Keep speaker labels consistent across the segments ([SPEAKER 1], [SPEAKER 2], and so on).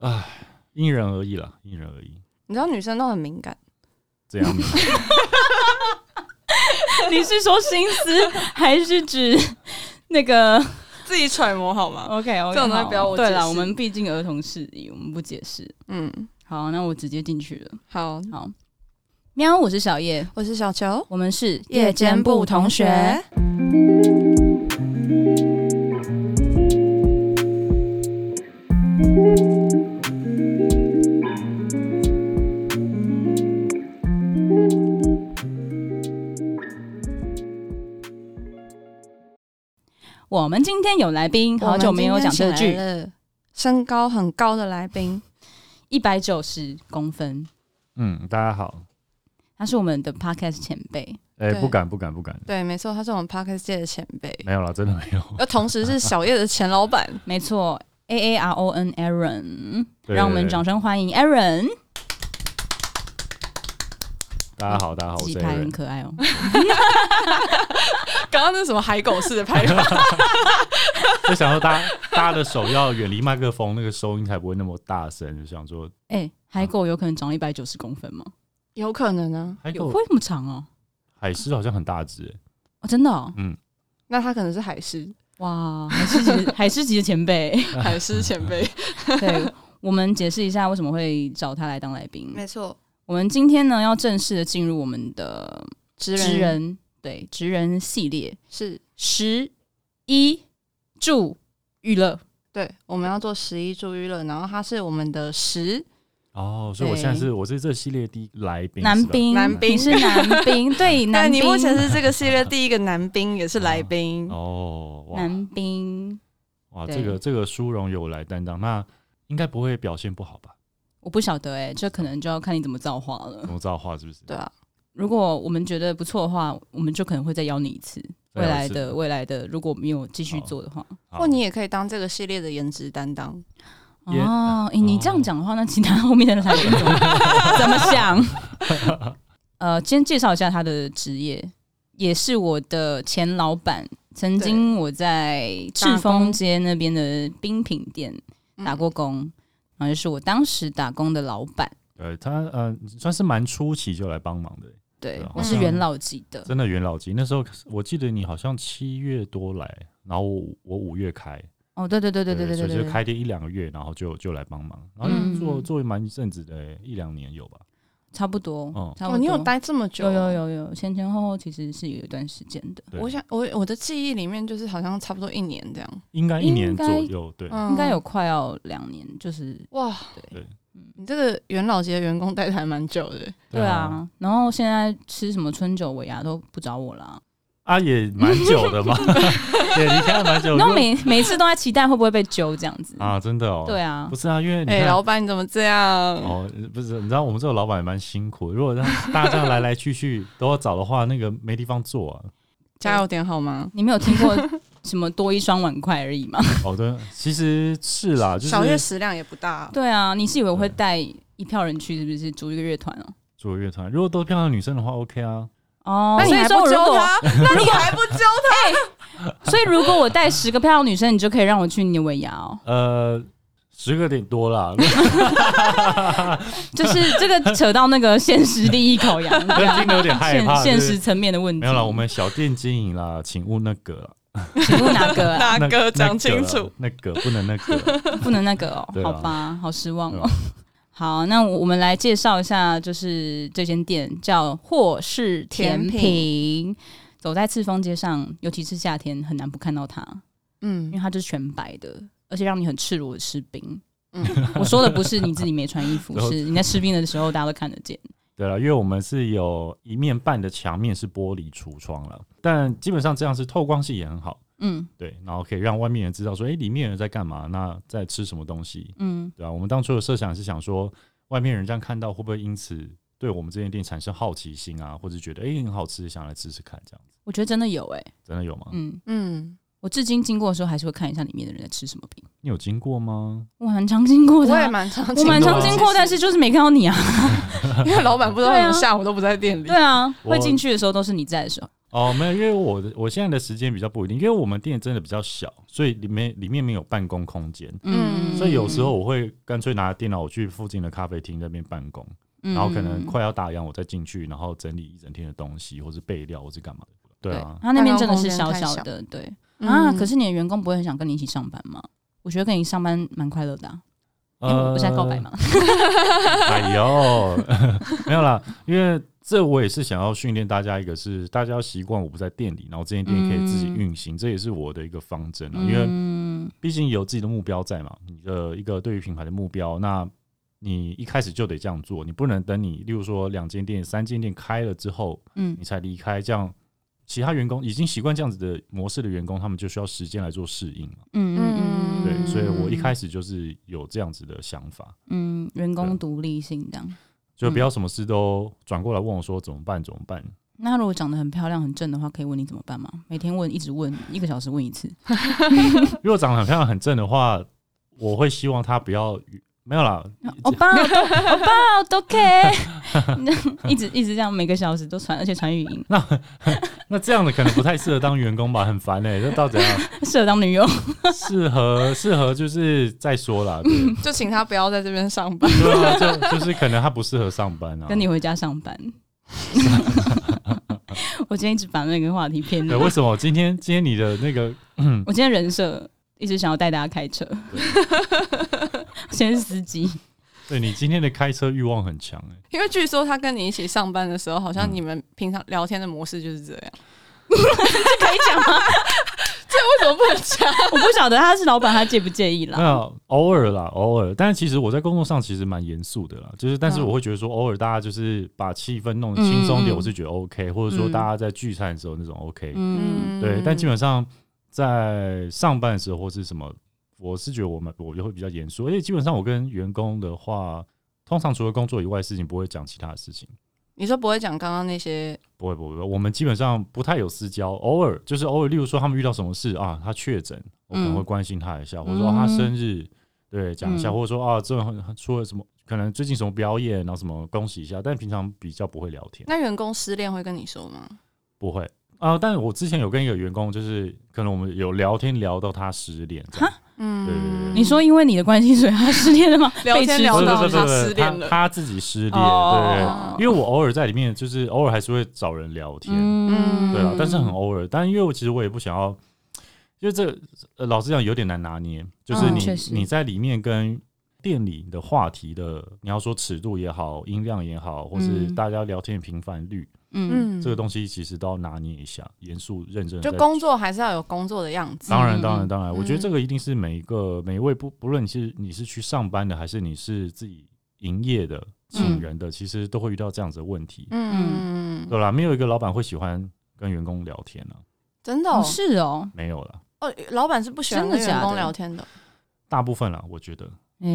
[SPEAKER 1] 唉，因人而异啦，因人而异。
[SPEAKER 2] 你知道女生都很敏感，
[SPEAKER 1] 这 样，
[SPEAKER 3] 你是说心思还是指那个
[SPEAKER 4] 自己揣摩好吗？
[SPEAKER 3] ？OK OK，
[SPEAKER 4] 这种东西不要我
[SPEAKER 3] 对
[SPEAKER 4] 解
[SPEAKER 3] 了，
[SPEAKER 4] 释
[SPEAKER 3] 我们毕竟儿童事宜，我们不解释。
[SPEAKER 2] 嗯，
[SPEAKER 3] 好，那我直接进去了。
[SPEAKER 2] 好，
[SPEAKER 3] 好，喵，我是小叶，
[SPEAKER 2] 我是小球，
[SPEAKER 3] 我们是我们今天有来宾，好久没有讲这句，
[SPEAKER 2] 了。身高很高的来宾，
[SPEAKER 3] 一百九十公分，
[SPEAKER 1] 嗯，大家好，
[SPEAKER 3] 他是我们的 podcast 前辈，
[SPEAKER 1] 哎、
[SPEAKER 2] 对
[SPEAKER 1] 不敢，不敢，不敢，
[SPEAKER 2] 对，没错，他是我们 Parkes 界的前辈，
[SPEAKER 1] 没有啦，真的没有。
[SPEAKER 2] 而同时是小叶的前老 板。
[SPEAKER 3] 没错，A A R O N Aaron，
[SPEAKER 1] 对
[SPEAKER 3] 让我们
[SPEAKER 1] 对对
[SPEAKER 3] 掌声欢迎 Aaron，
[SPEAKER 1] 大家好，大家好，我
[SPEAKER 3] 鸡
[SPEAKER 1] 是
[SPEAKER 3] 排很
[SPEAKER 1] Aaron。
[SPEAKER 3] 可爱哦。
[SPEAKER 4] 刚刚那什么海狗式的拍法，
[SPEAKER 1] 就想说大家大家的手要远离麦克风，那个收音才不会那么大声。就想说，
[SPEAKER 3] 哎、海狗有可能长一百九十公分吗？
[SPEAKER 2] 有可能啊呢、
[SPEAKER 1] 海
[SPEAKER 3] 有
[SPEAKER 1] 狗
[SPEAKER 3] 会那么长哦？
[SPEAKER 1] 海狮好像很大只、欸，
[SPEAKER 3] 哦，真的哦，
[SPEAKER 1] 嗯，
[SPEAKER 2] 那他可能是海狮，
[SPEAKER 3] 哇，海狮级海狮级的前 辈，
[SPEAKER 4] 海狮前辈，
[SPEAKER 3] 对。我们解释一下为什么会找他来当来宾。
[SPEAKER 2] 错，
[SPEAKER 3] 我们今天呢要正式的进入我们的
[SPEAKER 2] 职
[SPEAKER 3] 职
[SPEAKER 2] 人
[SPEAKER 3] 人对职人系列
[SPEAKER 2] 是
[SPEAKER 3] 十一住娱乐，
[SPEAKER 2] 对，我们要做十一住娱乐，然后他是我们的十，
[SPEAKER 1] 哦，所以我现在是我是这系列第一来宾，
[SPEAKER 3] 男
[SPEAKER 1] 是吧，
[SPEAKER 3] 宾，
[SPEAKER 2] 男宾
[SPEAKER 3] 你是男 宾，对，男
[SPEAKER 2] 但
[SPEAKER 3] 宾，
[SPEAKER 2] 你目前是这个系列第一个男宾，也是来宾。
[SPEAKER 1] 哦，哇
[SPEAKER 3] 男宾，
[SPEAKER 1] 哇，
[SPEAKER 3] 对
[SPEAKER 1] 这个这个殊荣由我来担当，那应该不会表现不好 吧？
[SPEAKER 3] 我不晓得哎、这可能就要看你怎么造化了
[SPEAKER 1] 怎。么造化是不是？
[SPEAKER 2] 对啊，
[SPEAKER 3] 如果我们觉得不错的话，我们就可能会再邀你一次。
[SPEAKER 1] 再
[SPEAKER 3] 未
[SPEAKER 1] 邀一
[SPEAKER 3] 来
[SPEAKER 1] 次
[SPEAKER 3] 的未来的，如果没有继续
[SPEAKER 1] 好
[SPEAKER 3] 做的话，
[SPEAKER 1] 好
[SPEAKER 2] 或你也可以当这个系列的颜值担当，
[SPEAKER 1] 也
[SPEAKER 3] 哦，诶你这样
[SPEAKER 1] 哦
[SPEAKER 3] 讲的话，那其他后面的来宾怎么 怎么想？呃，先介绍一下他的职业，也是我的前老板，曾经我在赤峰街那边的冰品店
[SPEAKER 2] 嗯
[SPEAKER 3] 打过工，然后就是我当时打工的老板，
[SPEAKER 1] 对他呃算是蛮初期就来帮忙的、欸
[SPEAKER 3] 对
[SPEAKER 1] 对，好
[SPEAKER 3] 那是
[SPEAKER 1] 像
[SPEAKER 2] 嗯
[SPEAKER 3] 元老级的，
[SPEAKER 1] 真的元老级。那时候我记得你好像七月多来，然后我我五月开，
[SPEAKER 3] 哦，对对对对对对
[SPEAKER 1] 所
[SPEAKER 3] 对
[SPEAKER 1] 以
[SPEAKER 3] 对
[SPEAKER 1] 就开店一两个月，然后就就来帮忙，然
[SPEAKER 3] 嗯
[SPEAKER 1] 后做做蛮一阵子的、一两年有吧？
[SPEAKER 3] 差不多，
[SPEAKER 1] 哦
[SPEAKER 3] 差不
[SPEAKER 2] 哦，
[SPEAKER 3] 多，
[SPEAKER 2] 你有待这么久？
[SPEAKER 3] 有有。有有前前后后其实是有一段时间的，
[SPEAKER 1] 对
[SPEAKER 2] 我想，我我的记忆里面就是好像差不多一年这样，
[SPEAKER 1] 应该一年
[SPEAKER 3] 应该
[SPEAKER 1] 左右，对，
[SPEAKER 2] 嗯
[SPEAKER 3] 应该有快要两年，就是
[SPEAKER 2] 哇。
[SPEAKER 1] 对
[SPEAKER 2] 对，你这个元老级的员工待的还蛮久的，
[SPEAKER 1] 哎
[SPEAKER 3] 对，啊，然后现在吃什么春酒尾牙都不找我啦。
[SPEAKER 1] 啊也蛮久的嘛， 也离开了蛮久的，
[SPEAKER 3] 然后每 每次都在期待会不会被揪这样子。
[SPEAKER 1] 啊真的哦，
[SPEAKER 3] 对啊
[SPEAKER 1] 不，是啊，因为你
[SPEAKER 2] 哎、
[SPEAKER 1] 看
[SPEAKER 2] 老板你怎么这样？
[SPEAKER 1] 哦，不是，你知道我们这个老板也蛮辛苦的，如果让大家来来去去都要找的话，那个没地方坐啊。
[SPEAKER 2] 加油点好吗？
[SPEAKER 3] 你没有听过什么多一双碗筷 而已吗？
[SPEAKER 1] 哦，对，其实是啦，就
[SPEAKER 2] 小月
[SPEAKER 1] 是
[SPEAKER 2] 食量也不大，
[SPEAKER 3] 对啊，你是以为我会带一票人去，是不是组一个乐团哦？
[SPEAKER 1] 组乐团，如果都漂亮女生的话，OK 啊。
[SPEAKER 3] 哦，
[SPEAKER 2] 那你
[SPEAKER 3] 所以
[SPEAKER 2] 还
[SPEAKER 3] 说
[SPEAKER 2] 不
[SPEAKER 3] 我如
[SPEAKER 2] 揪
[SPEAKER 3] 果，
[SPEAKER 2] 他？那你还不揪他？
[SPEAKER 3] 所以如果我带十个漂亮女生，你就可以让我去你的尾牙哦。
[SPEAKER 1] 呃，十个点多啦，
[SPEAKER 3] 就是这个扯到那个现实利益考量，对啊
[SPEAKER 1] 听 得有点害怕。
[SPEAKER 3] 现现
[SPEAKER 1] 就是
[SPEAKER 3] 实层面的问题。
[SPEAKER 1] 没有啦，我们小店经营啦，请勿那个啦，
[SPEAKER 3] 请问哪个啊？
[SPEAKER 4] 大
[SPEAKER 1] 那
[SPEAKER 4] 哥
[SPEAKER 1] 个
[SPEAKER 4] 讲清楚，，
[SPEAKER 1] 那个不能那个。
[SPEAKER 3] 不能那个哦
[SPEAKER 1] 对，啊
[SPEAKER 3] 好吧，好失望
[SPEAKER 1] 对
[SPEAKER 3] 哦
[SPEAKER 1] 啊。
[SPEAKER 3] 好，那我们来介绍一下，就是这间店叫霍氏甜
[SPEAKER 2] 甜
[SPEAKER 3] 品。走在赤峰街上，尤其是夏天，很难不看到它，因为
[SPEAKER 2] 嗯
[SPEAKER 3] 它就是全白的，而且让你很赤裸的吃 冰。
[SPEAKER 2] 嗯，
[SPEAKER 3] 我说的不是你自己没穿衣服
[SPEAKER 1] 然，后
[SPEAKER 3] 是你在吃冰的时候大家都看得见。
[SPEAKER 1] 对了，因为我们是有一面半的墙面是玻璃橱窗了，但基本上这样是透光性也很好。
[SPEAKER 3] 嗯
[SPEAKER 1] 对，然后可以让外面人知道说，哎，里面人在干嘛，那在吃什么东西，
[SPEAKER 3] 嗯，
[SPEAKER 1] 对吧、啊我们当初的设想是想说，外面人这样看到，会不会因此对我们这间店产生好奇心啊，或者觉得哎、诶很好吃，想来吃吃看，这样子
[SPEAKER 3] 我觉得真的有哎、
[SPEAKER 1] 真的有吗？
[SPEAKER 3] 嗯，
[SPEAKER 2] 嗯，
[SPEAKER 3] 我至今经过的时候还是会看一下里面的人在吃什么冰。
[SPEAKER 1] 你有经过吗？
[SPEAKER 3] 我很常经过
[SPEAKER 2] 我也
[SPEAKER 3] 它，
[SPEAKER 2] 蛮常
[SPEAKER 3] 我
[SPEAKER 2] 经过，
[SPEAKER 3] 蛮常经过，但是就是没看到你啊。
[SPEAKER 2] 因为老板不知道
[SPEAKER 3] 对
[SPEAKER 2] 为
[SPEAKER 3] 啊
[SPEAKER 2] 什么下午都不在店里
[SPEAKER 3] 对。啊，
[SPEAKER 1] 我
[SPEAKER 3] 会进去的时候都是你在的时候。
[SPEAKER 1] 哦，没有，因为我的我现在的时间比较不一定，因为我们店真的比较小，所以里面里面没有办公空间，
[SPEAKER 3] 嗯，
[SPEAKER 1] 所以有时候我会干脆拿电脑我去附近的咖啡厅那边办公，
[SPEAKER 3] 嗯
[SPEAKER 1] 然后可能快要打烊我再进去，然后整理一整天的东西，或是备料，或是干嘛的。对
[SPEAKER 3] 对
[SPEAKER 1] 啊，
[SPEAKER 3] 他那边真的是小小的，对啊。
[SPEAKER 4] 嗯
[SPEAKER 2] 嗯
[SPEAKER 3] 可是你的员工不会很想跟你一起上班吗？我觉得跟你上班蛮快乐的啊，
[SPEAKER 1] 呃
[SPEAKER 3] 因为我不是在告白嘛。
[SPEAKER 1] 哎呦， 没有啦，因为这我也是想要训练大家，一个是大家要习惯我不在店里，然后这间店可以自己运行，这也是我的一个方针啊。因为
[SPEAKER 3] 嗯
[SPEAKER 1] 毕竟有自己的目标在嘛，你的一个对于品牌的目标，那你一开始就得这样做，你不能等你，例如说两间店、三间店开了之后，
[SPEAKER 3] 嗯
[SPEAKER 1] 你才离开，这样其他员工已经习惯这样子的模式的员工，他们就需要时间来做适应嘛。
[SPEAKER 3] 嗯嗯嗯，
[SPEAKER 1] 对，所以我一开始就是有这样子的想法。
[SPEAKER 3] 嗯员工独立性这样。
[SPEAKER 1] 就
[SPEAKER 3] 嗯
[SPEAKER 1] 不要什么事都转过来问我说怎么办怎么办。
[SPEAKER 3] 那如果长得很漂亮、很正的话，可以问你怎么办吗？每天问，一直问，一个小时问一 次。
[SPEAKER 1] 如果长得很漂亮很正的话，我会希望她不要没有啦，
[SPEAKER 3] 欧巴，欧巴，都可以， 一直一直这样，每个小时都传，而且传 语音，
[SPEAKER 1] 那这样的可能不太适合当员工吧，很烦哎、欸，这到底要
[SPEAKER 3] 适合当女友。
[SPEAKER 1] 适合适合就是再说啦，对
[SPEAKER 3] 嗯
[SPEAKER 4] 就请他不要在这边上班。
[SPEAKER 1] 对啊，就就是可能她不适合上班啊。
[SPEAKER 3] 跟你回家上班。我今天一直把那个话题偏离
[SPEAKER 1] 对，。为什么今天今天你的那个
[SPEAKER 3] 我今天人设一直想要带大家开车，先是司机，
[SPEAKER 1] 对你今天的开车欲望很强哎、
[SPEAKER 4] 因为据说他跟你一起上班的时候，好
[SPEAKER 1] 嗯
[SPEAKER 4] 像你们平常聊天的模式就是这样。
[SPEAKER 3] 可以讲吗？
[SPEAKER 4] 这为什么不能讲？
[SPEAKER 3] 我不晓得他是老板，他介不介意啦。
[SPEAKER 1] 那偶尔啦，偶尔，但是其实我在工作上其实蛮严肃的啦，就是但是我会觉得说，偶尔大家就是把气氛弄得轻松一
[SPEAKER 3] 嗯
[SPEAKER 1] 点，
[SPEAKER 3] 嗯
[SPEAKER 1] 我是觉得 OK，、或者说
[SPEAKER 3] 嗯
[SPEAKER 1] 大家在聚餐的时候那种 OK，、
[SPEAKER 3] 嗯，
[SPEAKER 1] 对。但基本上在上班的时候或是什么，我是觉得我们我就会比较严肃，而且基本上我跟员工的话，通常除了工作以外的事情不会讲其他的事情，
[SPEAKER 4] 你说不会讲刚刚那些，
[SPEAKER 1] 不会不会，不会我们基本上不太有私交，偶尔就是偶尔，例如说他们遇到什么事啊，他确诊，我可能会关心他一下，或者说、啊他生日，对，讲一下，
[SPEAKER 3] 嗯
[SPEAKER 1] 或者说啊，这出了什么，可能最近什么表演，然后什么恭喜一下，但平常比较不会聊天，
[SPEAKER 4] 那员工失恋会跟你说吗？
[SPEAKER 1] 不会啊。但是我之前有跟一个员工，就是可能我们有聊天聊到他失恋这样，对对对
[SPEAKER 4] 嗯，
[SPEAKER 1] 对
[SPEAKER 3] 你说因为你的关系，所以他失恋了吗？
[SPEAKER 4] 聊天
[SPEAKER 3] 被吃
[SPEAKER 4] 聊
[SPEAKER 1] 不是不
[SPEAKER 4] 到
[SPEAKER 1] 是不是
[SPEAKER 4] 他
[SPEAKER 1] 不是
[SPEAKER 4] 失恋了
[SPEAKER 1] 他他自己失恋，对
[SPEAKER 4] 哦
[SPEAKER 1] 对对，因为我偶尔在里面，就是偶尔还是会找人聊天，
[SPEAKER 3] 嗯
[SPEAKER 1] 对啊，但是很偶尔。但因为我其实我也不想要，因为这个呃老实讲有点难拿捏，就是
[SPEAKER 3] 嗯
[SPEAKER 1] 你、
[SPEAKER 3] 确实
[SPEAKER 1] 你在里面跟店里的话题的，你要说尺度也好，音量也好，或是
[SPEAKER 3] 嗯
[SPEAKER 1] 大家聊天的频繁率，
[SPEAKER 3] 嗯
[SPEAKER 4] 嗯
[SPEAKER 1] 这个东西其实都要拿捏一下，严肃认真地
[SPEAKER 4] 就
[SPEAKER 1] 在。
[SPEAKER 4] 工作还是要有工作的样子。
[SPEAKER 1] 当然，
[SPEAKER 3] 嗯
[SPEAKER 1] 当然，
[SPEAKER 3] 嗯
[SPEAKER 1] 当然，我觉得
[SPEAKER 4] 嗯
[SPEAKER 1] 这个一定是每一个每一位不不论你是你是去上班的，还是你是自己营业的、请
[SPEAKER 3] 嗯
[SPEAKER 1] 人的，其实都会遇到这样子的问题，
[SPEAKER 4] 嗯，
[SPEAKER 1] 对啦，没有一个老板会喜欢跟员工聊天啊，
[SPEAKER 4] 真的
[SPEAKER 3] 哦
[SPEAKER 4] 哦，
[SPEAKER 3] 是哦，
[SPEAKER 1] 没有啦。
[SPEAKER 4] 哦老板是不喜欢跟
[SPEAKER 3] 真的假
[SPEAKER 4] 员
[SPEAKER 3] 的
[SPEAKER 4] 工聊天的。
[SPEAKER 1] 大部分啦，我觉得，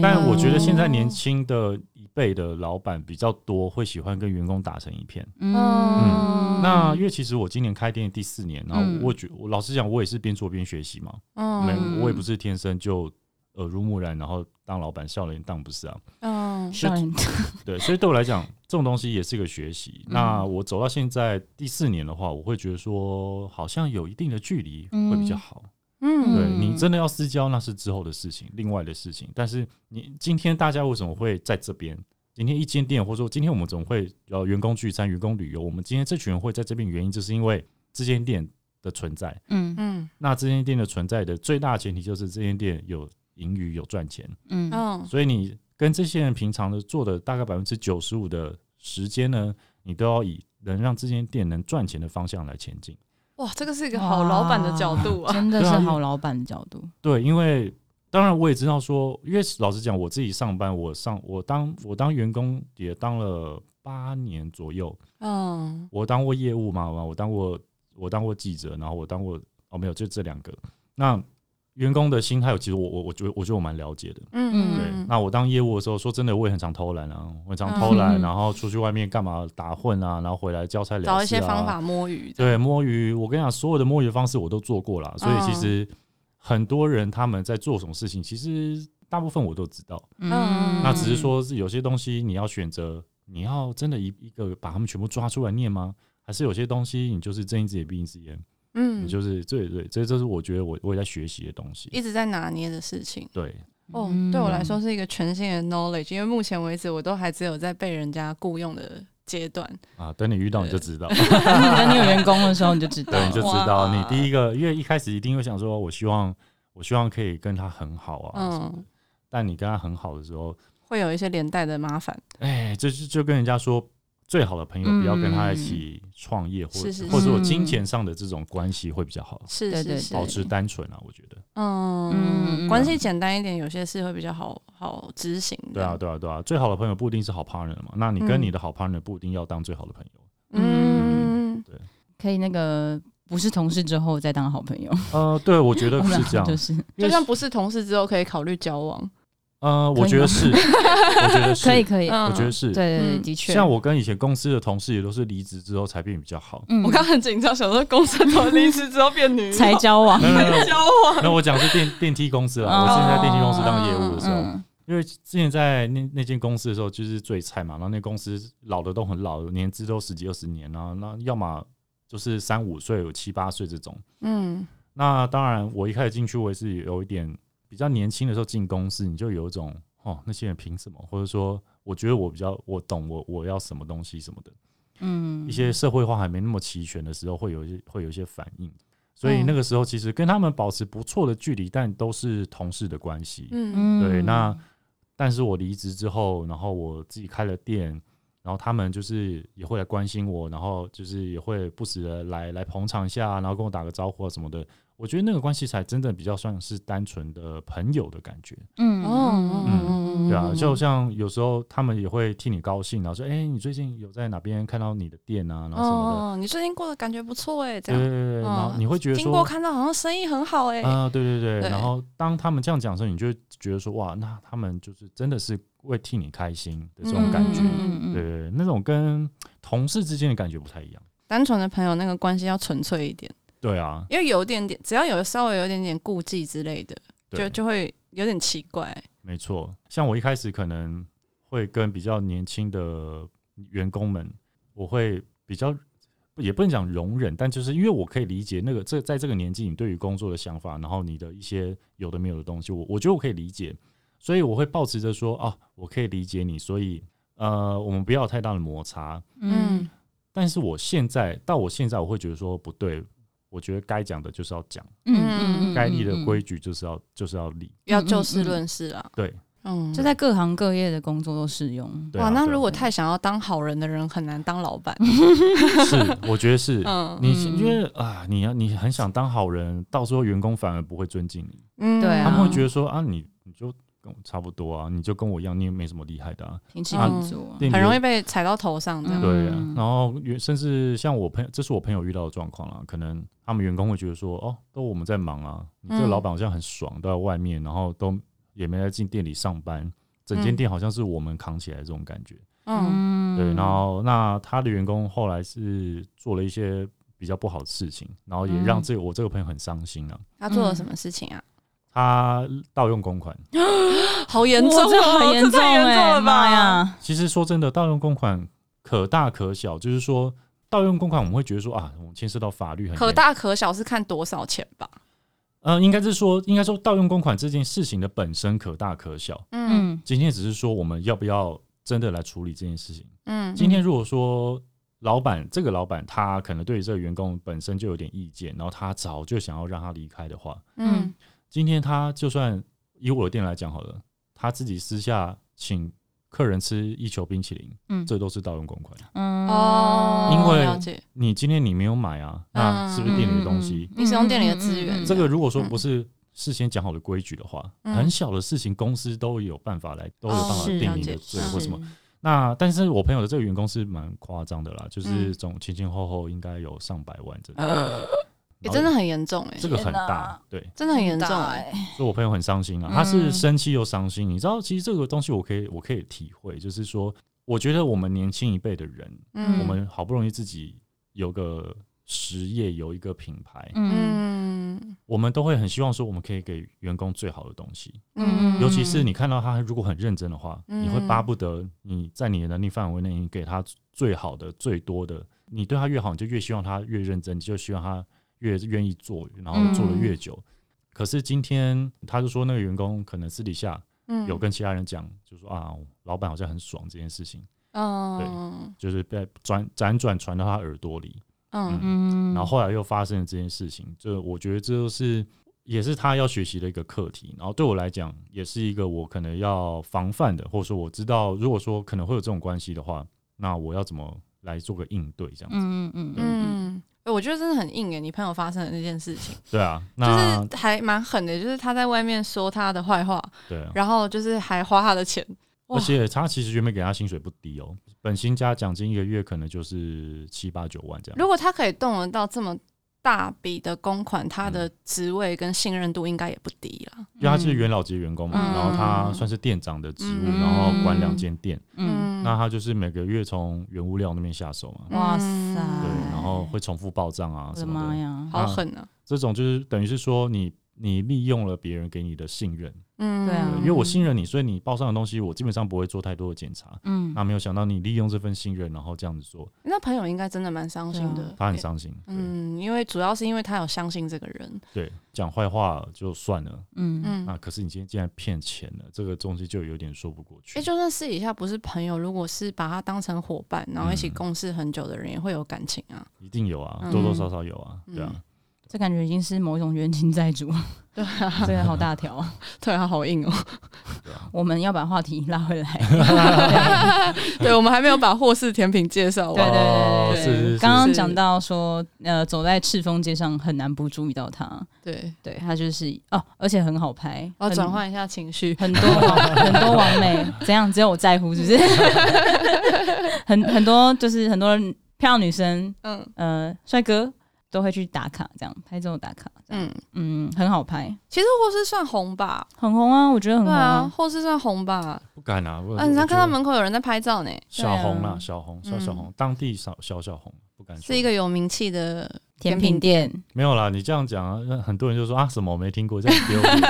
[SPEAKER 1] 但我觉得现在年轻的一辈的老板比较多，会喜欢跟员工打成一片。
[SPEAKER 3] 嗯
[SPEAKER 4] 嗯
[SPEAKER 1] 那因为其实我今年开店第四年，然
[SPEAKER 3] 嗯
[SPEAKER 1] 后我觉，我老实讲，我也是边做边学习嘛，没、
[SPEAKER 4] 嗯
[SPEAKER 1] 我也不是天生就耳濡目染，然后当老板笑脸当不是啊，
[SPEAKER 4] 嗯
[SPEAKER 3] 少年
[SPEAKER 1] 对，所以对我来讲，这种东西也是一个学习。
[SPEAKER 3] 嗯
[SPEAKER 1] 那我走到现在第四年的话，我会觉得说，好像有一定的距离会比较好。
[SPEAKER 4] 嗯
[SPEAKER 1] 对
[SPEAKER 3] 嗯
[SPEAKER 1] 你真的要私交，那是之后的事情，另外的事情。但是你今天大家为什么会在这边？今天一间店，或者说今天我们总会呃员工聚餐、员工旅游，我们今天这群人会在这边，原因就是因为这间店的存在。
[SPEAKER 3] 嗯
[SPEAKER 4] 嗯
[SPEAKER 1] 那这间店的存在的最大前提就是这间店有盈余、有赚钱。
[SPEAKER 3] 嗯
[SPEAKER 4] 嗯
[SPEAKER 1] 所以你跟这些人平常的做的大概百分之九十五的时间呢，你都要以能让这间店能赚钱的方向来前进。
[SPEAKER 4] 哇，这个是一个好老板的角度啊。
[SPEAKER 3] 真的是
[SPEAKER 1] 对啊
[SPEAKER 3] 好老板的角度，
[SPEAKER 1] 对，因为当然我也知道说，因为老实讲，我自己上班，我上我当我当员工也当了八年左右，
[SPEAKER 4] 嗯
[SPEAKER 1] 我当过业务嘛，我当过我当过记者，然后我当过哦没有，就这两个。那员工的心态，其实我我我觉得我觉得我蛮了解的。
[SPEAKER 4] 嗯
[SPEAKER 1] 对
[SPEAKER 4] 嗯，
[SPEAKER 1] 那我当业务的时候，说真的，我也很常偷懒啊，我很常偷懒，
[SPEAKER 3] 嗯
[SPEAKER 1] 然后出去外面干嘛打混啊，然后回来交差了事、啊，
[SPEAKER 4] 找一些方法。摸鱼。
[SPEAKER 1] 对，摸鱼，我跟你讲，所有的摸鱼方式我都做过啦，所以其
[SPEAKER 4] 嗯
[SPEAKER 1] 实很多人他们在做什么事情，其实大部分我都知道。
[SPEAKER 3] 嗯，
[SPEAKER 1] 那只是说是有些东西你要选择，你要真的一一个把他们全部抓出来念吗？还还是有些东西你就是睁一只眼闭一只眼，
[SPEAKER 4] 嗯
[SPEAKER 1] 你就是对对，这这是我觉得我我也在学习的东西。
[SPEAKER 4] 一直在拿捏的事情。
[SPEAKER 1] 对，
[SPEAKER 4] 哦
[SPEAKER 3] 嗯，
[SPEAKER 4] 对我来说是一个全新的 knowledge，因为目前为止我都还只有在被人家雇佣的阶段。
[SPEAKER 1] 啊，等你遇到你就知道，
[SPEAKER 3] 嗯 等你有员工的时候，你就知道
[SPEAKER 1] 对，你就知道
[SPEAKER 4] 哇
[SPEAKER 1] 你第一个，因为一开始一定会想说，我希望我希望可以跟他很好啊，什么的
[SPEAKER 4] 嗯，
[SPEAKER 1] 但你跟他很好的时候，
[SPEAKER 4] 会有一些连带的麻烦。
[SPEAKER 1] 哎，就是就跟人家说，最好的朋友不要跟他一起创业，或
[SPEAKER 4] 是是
[SPEAKER 1] 或者有
[SPEAKER 3] 嗯是
[SPEAKER 1] 金钱上的这种关系会比较好，
[SPEAKER 4] 是
[SPEAKER 3] 对对
[SPEAKER 4] 是是，
[SPEAKER 1] 保持单纯啊，我觉得。
[SPEAKER 4] 嗯
[SPEAKER 3] 嗯，
[SPEAKER 4] 关系简单一点，有些事会比较好好执行的。
[SPEAKER 1] 对啊，对啊，对啊，最好的朋友不一定是好 partner 嘛，那你跟
[SPEAKER 4] 嗯
[SPEAKER 1] 你的好 partner 不一定要当最好的朋友。
[SPEAKER 4] 嗯，
[SPEAKER 3] 可以那个不是同事之后再当好朋友，
[SPEAKER 1] 呃，对，我觉得 是这样
[SPEAKER 3] 就，是
[SPEAKER 1] 因
[SPEAKER 4] 就
[SPEAKER 1] 为
[SPEAKER 4] 算不是同事之后，可以考虑交往。
[SPEAKER 1] 呃，
[SPEAKER 3] 可以
[SPEAKER 1] 我觉得
[SPEAKER 3] 吗
[SPEAKER 1] 是，我觉得是，
[SPEAKER 3] 可以，可以，
[SPEAKER 4] 嗯，
[SPEAKER 1] 我觉得是。
[SPEAKER 3] 对对，
[SPEAKER 4] 嗯
[SPEAKER 3] 的确，
[SPEAKER 1] 像我跟以前公司的同事也都是离职之后才变比较好。
[SPEAKER 3] 嗯，
[SPEAKER 4] 我刚很紧张，想说公司怎么离职之后变女友
[SPEAKER 3] 才交往，
[SPEAKER 1] 没有没有没有
[SPEAKER 4] 交 往。
[SPEAKER 1] 那我讲是电电梯公司啦，我之前在电梯公司当业务的时候，
[SPEAKER 3] 哦嗯，
[SPEAKER 1] 因为之前在那那间公司的时候就是最菜嘛，然后那公司老的都很老，年资都十几二十年然后那要么就是三五岁，有七八岁这种。
[SPEAKER 4] 嗯
[SPEAKER 1] 那当然，我一开始进去我也是有一点比较年轻的时候进公司，你就有一种哦，那些人凭什么？或者说，我觉得我比较我懂我我要什么东西什么的，
[SPEAKER 3] 嗯，
[SPEAKER 1] 一些社会化还没那么齐全的时候，会有一些会有一些反应。所
[SPEAKER 4] 嗯
[SPEAKER 1] 以那个时候其实跟他们保持不错的距离，但都是同事的关系。
[SPEAKER 4] 嗯
[SPEAKER 3] 嗯，
[SPEAKER 1] 对，那但是我离职之后，然后我自己开了店，然后他们就是也会来关心我，然后就是也会不时的来来捧场一下，然后跟我打个招呼啊什么的。我觉得那个关系才真的比较算是单纯的朋友的感觉，
[SPEAKER 3] 嗯，
[SPEAKER 4] 哦
[SPEAKER 3] 嗯
[SPEAKER 4] 嗯
[SPEAKER 1] 对啊，就像有时候他们也会替你高兴，然后说：“哎、你最近有在哪边看到你的店啊？”然后什么的，
[SPEAKER 4] 哦，你最近过得感觉不错哎，这
[SPEAKER 1] 对对
[SPEAKER 4] 样
[SPEAKER 1] 对对，然后
[SPEAKER 4] 嗯
[SPEAKER 1] 你会觉得
[SPEAKER 4] 经
[SPEAKER 1] 说，
[SPEAKER 4] 过看到好像生意很好哎。
[SPEAKER 1] 啊、对对对。
[SPEAKER 4] 对
[SPEAKER 1] 然后当他们这样讲的时候，你就会觉得说：“哇，那他们就是真的是为替你开心的这种感觉。
[SPEAKER 3] 嗯嗯嗯
[SPEAKER 1] 对对，对那种跟同事之间的感觉不太一样。
[SPEAKER 4] 单纯的朋友那个关系要纯粹一点，
[SPEAKER 1] 对啊，
[SPEAKER 4] 因为有点点，只要有稍微有点点顾忌之类的，就
[SPEAKER 1] 对，
[SPEAKER 4] 就会有点奇怪。
[SPEAKER 1] 没错。像我一开始可能会跟比较年轻的员工们，我会比较也不能讲容忍，但就是因为我可以理解那个这在这个年纪，你对于工作的想法，然后你的一些有的没有的东西，我我觉得我可以理解，所以我会保持着说啊，我可以理解你，所以呃，我们不要有太大的摩擦。
[SPEAKER 3] 嗯，
[SPEAKER 1] 但是我现在到我现在，我会觉得说不对，我觉得该讲的就是要讲，
[SPEAKER 3] 嗯嗯嗯，
[SPEAKER 1] 该立的规矩就是要就是要立。
[SPEAKER 4] 要就事论事啦。
[SPEAKER 1] 对
[SPEAKER 4] 嗯，
[SPEAKER 3] 就在各行各业的工作都适用，
[SPEAKER 1] 对啊、
[SPEAKER 4] 哇，那
[SPEAKER 1] 对啊
[SPEAKER 4] 如果太想要当好人的人，很难当老板。
[SPEAKER 1] 是，我觉得 是。
[SPEAKER 4] 嗯
[SPEAKER 1] 你
[SPEAKER 3] 嗯
[SPEAKER 1] 因为啊，你要你很想当好人，到时候员工反而不会尊敬你，
[SPEAKER 4] 嗯，
[SPEAKER 3] 对啊
[SPEAKER 1] 他们会觉得说啊，你你就跟我差不多啊，你就跟我一样，你也没什么厉害的啊。
[SPEAKER 3] 平起
[SPEAKER 4] 嗯
[SPEAKER 3] 平坐，
[SPEAKER 1] 对
[SPEAKER 4] 很容易被踩到头上这样。
[SPEAKER 1] 对啊
[SPEAKER 3] 嗯，
[SPEAKER 1] 然后员甚至像我朋友，这是我朋友遇到的状况啦，可能他们员工会觉得说，哦，都我们在忙啊，你这个
[SPEAKER 4] 嗯
[SPEAKER 1] 老板好像很爽，都在外面，然后都也没在进店里上班，整间
[SPEAKER 4] 嗯
[SPEAKER 1] 店好像是我们扛起来这种感觉。
[SPEAKER 4] 嗯
[SPEAKER 3] 嗯，
[SPEAKER 1] 对，然后那他的员工后来是做了一些比较不好的事情，然后也让
[SPEAKER 3] 嗯
[SPEAKER 1] 这个、我这个朋友很伤心啊。
[SPEAKER 4] 他做了什么事情啊？
[SPEAKER 1] 他盗用公款，
[SPEAKER 4] 好严重
[SPEAKER 3] 哇这
[SPEAKER 4] 哦，
[SPEAKER 3] 很严
[SPEAKER 4] 这
[SPEAKER 3] 重
[SPEAKER 4] 太严重
[SPEAKER 3] 哎，
[SPEAKER 4] 了吧
[SPEAKER 3] 妈！呀，
[SPEAKER 1] 其实说真的，盗用公款可大可小，就是说盗用公款，我们会觉得说啊，我们牵涉到法律很
[SPEAKER 4] 可
[SPEAKER 1] 严
[SPEAKER 4] 大可小是看多少钱吧。
[SPEAKER 1] 呃，应该是说，应该说盗用公款这件事情的本身可大可小。
[SPEAKER 4] 嗯
[SPEAKER 3] 嗯
[SPEAKER 1] 今天只是说我们要不要真的来处理这件事情。
[SPEAKER 4] 嗯
[SPEAKER 1] 今天如果说老板这个老板他可能对于这个员工本身就有点意见，然后他早就想要让他离开的话，
[SPEAKER 4] 嗯
[SPEAKER 1] 今天他就算以我的店来讲好了，他自己私下请客人吃一球冰淇淋，
[SPEAKER 3] 嗯
[SPEAKER 1] 这都是盗用公款。
[SPEAKER 3] 嗯
[SPEAKER 4] 哦，
[SPEAKER 1] 因为
[SPEAKER 4] 了解
[SPEAKER 1] 你今天你没有买啊，
[SPEAKER 4] 嗯
[SPEAKER 1] 那是不是店里的东西？嗯
[SPEAKER 3] 嗯
[SPEAKER 4] 你使用店里的资源
[SPEAKER 1] 这
[SPEAKER 3] 这
[SPEAKER 1] 个如果说不是事先讲好的规矩的话，
[SPEAKER 4] 嗯
[SPEAKER 1] 很小的事情公司都有办法来，都有办法
[SPEAKER 3] 是嗯
[SPEAKER 1] 定
[SPEAKER 4] 了
[SPEAKER 1] 你
[SPEAKER 4] 解
[SPEAKER 1] 的罪
[SPEAKER 4] 是
[SPEAKER 1] 或什么。？那但是我朋友的这个员工是蛮夸张的啦，就是
[SPEAKER 4] 嗯
[SPEAKER 1] 总前前后后应该有上百万这种，
[SPEAKER 4] 也
[SPEAKER 1] 然后
[SPEAKER 4] 真的很严重哎
[SPEAKER 1] 这，个很
[SPEAKER 3] 天
[SPEAKER 1] 大
[SPEAKER 3] 哪，
[SPEAKER 1] 对，
[SPEAKER 4] 真的很严重
[SPEAKER 3] 欸
[SPEAKER 4] 哎。，
[SPEAKER 1] 所以我朋友很伤心啊，
[SPEAKER 3] 嗯
[SPEAKER 1] 他是生气又伤心。你知道，其实这个东西我可以我可以体会，就是说，我觉得我们年轻一辈的人，
[SPEAKER 3] 嗯
[SPEAKER 1] 我们好不容易自己有个实业，有一个品牌，
[SPEAKER 3] 嗯
[SPEAKER 4] 嗯嗯
[SPEAKER 1] 我们都会很希望说，我们可以给员工最好的东西。
[SPEAKER 4] 嗯，
[SPEAKER 1] 尤其是你看到他如果很认真的话，
[SPEAKER 4] 嗯
[SPEAKER 1] 你会巴不得你在你的能力范围内，你给他最好的、最多的。你对他越好，你就越希望他越认真，你就希望他越愿意做，然后做的
[SPEAKER 4] 嗯
[SPEAKER 1] 越久。可是今天他就说，那个员工可能私底下
[SPEAKER 4] 嗯
[SPEAKER 1] 有跟其他人讲，就说啊，老板好像很爽这件事情，
[SPEAKER 4] 嗯
[SPEAKER 1] 就是被转辗转传到他耳朵里。
[SPEAKER 4] 嗯
[SPEAKER 3] 嗯
[SPEAKER 1] 然后后来又发生了这件事情，这我觉得这就是也是他要学习的一个课题。然后对我来讲，也是一个我可能要防范的，或者说我知道，如果说可能会有这种关系的话，那我要怎么来做个应对？这样子，
[SPEAKER 3] 嗯嗯嗯
[SPEAKER 4] 嗯，哎我觉得真的很硬诶，你朋友发生的那件事情，
[SPEAKER 1] 对啊，
[SPEAKER 4] 就
[SPEAKER 1] 那
[SPEAKER 4] 是还蛮狠的，就是他在外面说他的坏话，
[SPEAKER 1] 对啊。
[SPEAKER 4] 然后就是还花他的钱，哇
[SPEAKER 1] 而且他其实原本给他薪水不低哦，本薪加奖金一个月可能就是七八九万这样。
[SPEAKER 4] 如果他可以动得到这么大笔的公款，他的
[SPEAKER 1] 嗯
[SPEAKER 4] 职位跟信任度应该也不低啦。
[SPEAKER 1] 因为他是元老级员工嘛，
[SPEAKER 3] 嗯
[SPEAKER 1] 然后他算是店长的职务，
[SPEAKER 4] 嗯
[SPEAKER 1] 然后管两间店，
[SPEAKER 3] 嗯，
[SPEAKER 1] 那他就是每个月从原物料那边下手嘛。
[SPEAKER 3] 哇塞
[SPEAKER 1] 对，
[SPEAKER 4] 嗯
[SPEAKER 1] 然后会重复报账啊
[SPEAKER 3] 我的
[SPEAKER 1] 什么
[SPEAKER 3] 妈
[SPEAKER 1] 的。
[SPEAKER 3] 呀，
[SPEAKER 4] 好狠啊！
[SPEAKER 1] 这种就是等于是说你你利用了别人给你的信任，
[SPEAKER 4] 嗯，
[SPEAKER 3] 对啊
[SPEAKER 1] 对因为我信任你，所以你报上的东西我基本上不会做太多的检查。
[SPEAKER 3] 嗯
[SPEAKER 1] 那没有想到你利用这份信任，然后这样子做，
[SPEAKER 4] 那朋友应该真的蛮伤心
[SPEAKER 3] 对
[SPEAKER 4] 的。
[SPEAKER 1] 啊他很伤心。对
[SPEAKER 4] 嗯，因为主要是因为他有相信这个人。
[SPEAKER 1] 对，讲坏话就算了，
[SPEAKER 3] 嗯
[SPEAKER 1] 那
[SPEAKER 4] 嗯，
[SPEAKER 1] 可是你今天竟然骗钱了，这个东西就有点说不过去
[SPEAKER 4] 哎，。就算私底下不是朋友，如果是把他当成伙伴，然后一起
[SPEAKER 1] 嗯
[SPEAKER 4] 共事很久的人，也会有感情啊。
[SPEAKER 1] 一定有啊，
[SPEAKER 4] 嗯
[SPEAKER 1] 多多少少有啊，对啊
[SPEAKER 4] 嗯。
[SPEAKER 3] 这感觉已经是某种冤亲 债主，
[SPEAKER 4] 对啊，
[SPEAKER 3] 这个好大条。
[SPEAKER 4] 对啊，好硬哦。
[SPEAKER 3] 我们要把话题拉回 来，
[SPEAKER 1] 哦
[SPEAKER 4] 对，我们还没有把霍氏甜品介绍
[SPEAKER 3] 对
[SPEAKER 4] 完。
[SPEAKER 1] 哦
[SPEAKER 3] 对对
[SPEAKER 1] 是是是
[SPEAKER 3] 刚刚讲到说，呃，走在赤峰街上很难不注意到他，
[SPEAKER 4] 对，
[SPEAKER 3] 对他就是哦，而且很好拍，
[SPEAKER 4] 我要
[SPEAKER 3] 很
[SPEAKER 4] 哦转换一下情绪。
[SPEAKER 3] 很多网很多网美，怎样？只有我在乎， 是不是？很很多就是很多漂亮女生，
[SPEAKER 4] 嗯
[SPEAKER 3] 呃，帅哥都会去打卡，这样拍照打卡，这样
[SPEAKER 4] 嗯，
[SPEAKER 3] 嗯，很好拍，
[SPEAKER 4] 其实霍氏算红吧，
[SPEAKER 3] 很红啊，我觉得很
[SPEAKER 4] 对
[SPEAKER 3] 红
[SPEAKER 4] 啊，。霍氏算红吧。
[SPEAKER 1] 不敢啊，我
[SPEAKER 4] 啊，嗯你常看到
[SPEAKER 1] 我觉得
[SPEAKER 4] 门口有人在拍照呢，
[SPEAKER 1] 小红
[SPEAKER 3] 对
[SPEAKER 1] 啦，
[SPEAKER 3] 啊
[SPEAKER 1] 小红，小小红，当地小小小红，不敢说
[SPEAKER 4] 是一个有名气的
[SPEAKER 3] 甜品店，
[SPEAKER 1] 没有啦，你这样讲啊，那很多人就说啊，什么我没听过，这样丢 脸。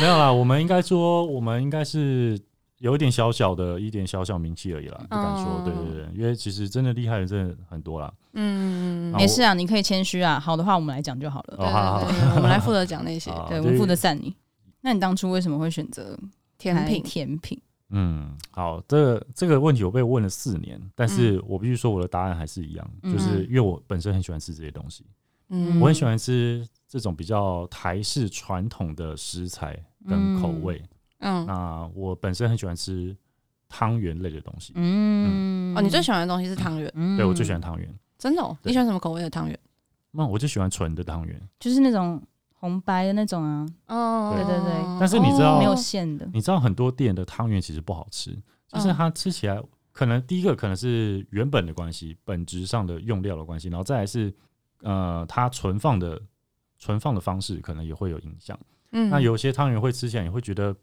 [SPEAKER 1] 没有啦，我们应该说，我们应该是有一点小小的一点小小名气而已啦，不敢说。
[SPEAKER 4] 嗯
[SPEAKER 1] 对对对，因为其实真的厉害的人真的很多啦。
[SPEAKER 4] 嗯
[SPEAKER 1] 啊，
[SPEAKER 3] 没事啊，你可以谦虚啊，好的话我们来讲就好了。
[SPEAKER 4] 对
[SPEAKER 1] 哦好好
[SPEAKER 4] 对对，我们来负责讲那些
[SPEAKER 1] 好
[SPEAKER 3] 对
[SPEAKER 1] 就
[SPEAKER 3] 我
[SPEAKER 1] 是
[SPEAKER 3] 们负责赞你。那你当初为什么会选择
[SPEAKER 4] 甜
[SPEAKER 3] 拍
[SPEAKER 4] 品。
[SPEAKER 3] 甜品，
[SPEAKER 1] 嗯，好，这个这个问题我被问了四年，但是我必须说我的答案还是一样，
[SPEAKER 3] 嗯
[SPEAKER 1] 就是因为我本身很喜欢吃这些东西，
[SPEAKER 4] 嗯
[SPEAKER 1] 我很喜欢吃这种比较台式传统的食材跟口味。
[SPEAKER 4] 嗯，
[SPEAKER 1] 那我本身很喜欢吃汤圆类的东西，
[SPEAKER 3] 嗯，
[SPEAKER 4] 哦，你最喜欢的东西是汤圆，
[SPEAKER 3] 嗯
[SPEAKER 1] 对我最喜欢汤圆。
[SPEAKER 4] 真的哦？
[SPEAKER 1] 对
[SPEAKER 4] 你喜欢什么口味的汤圆？
[SPEAKER 1] 那我就喜欢纯的汤圆。
[SPEAKER 3] 就是那种红白的那种啊，
[SPEAKER 4] 哦，
[SPEAKER 1] 对
[SPEAKER 3] 对对
[SPEAKER 1] 但是你知道
[SPEAKER 3] 没有馅的，
[SPEAKER 1] 你知道很多店的汤圆其实不好吃，
[SPEAKER 3] 嗯
[SPEAKER 1] 就是它吃起来可能第一个可能是原本的关系，本质上的用料的关系，然后再来是呃它存放的存放的方式可能也会有影响。
[SPEAKER 4] 嗯
[SPEAKER 1] 那有些汤圆会吃起来你会觉得嘖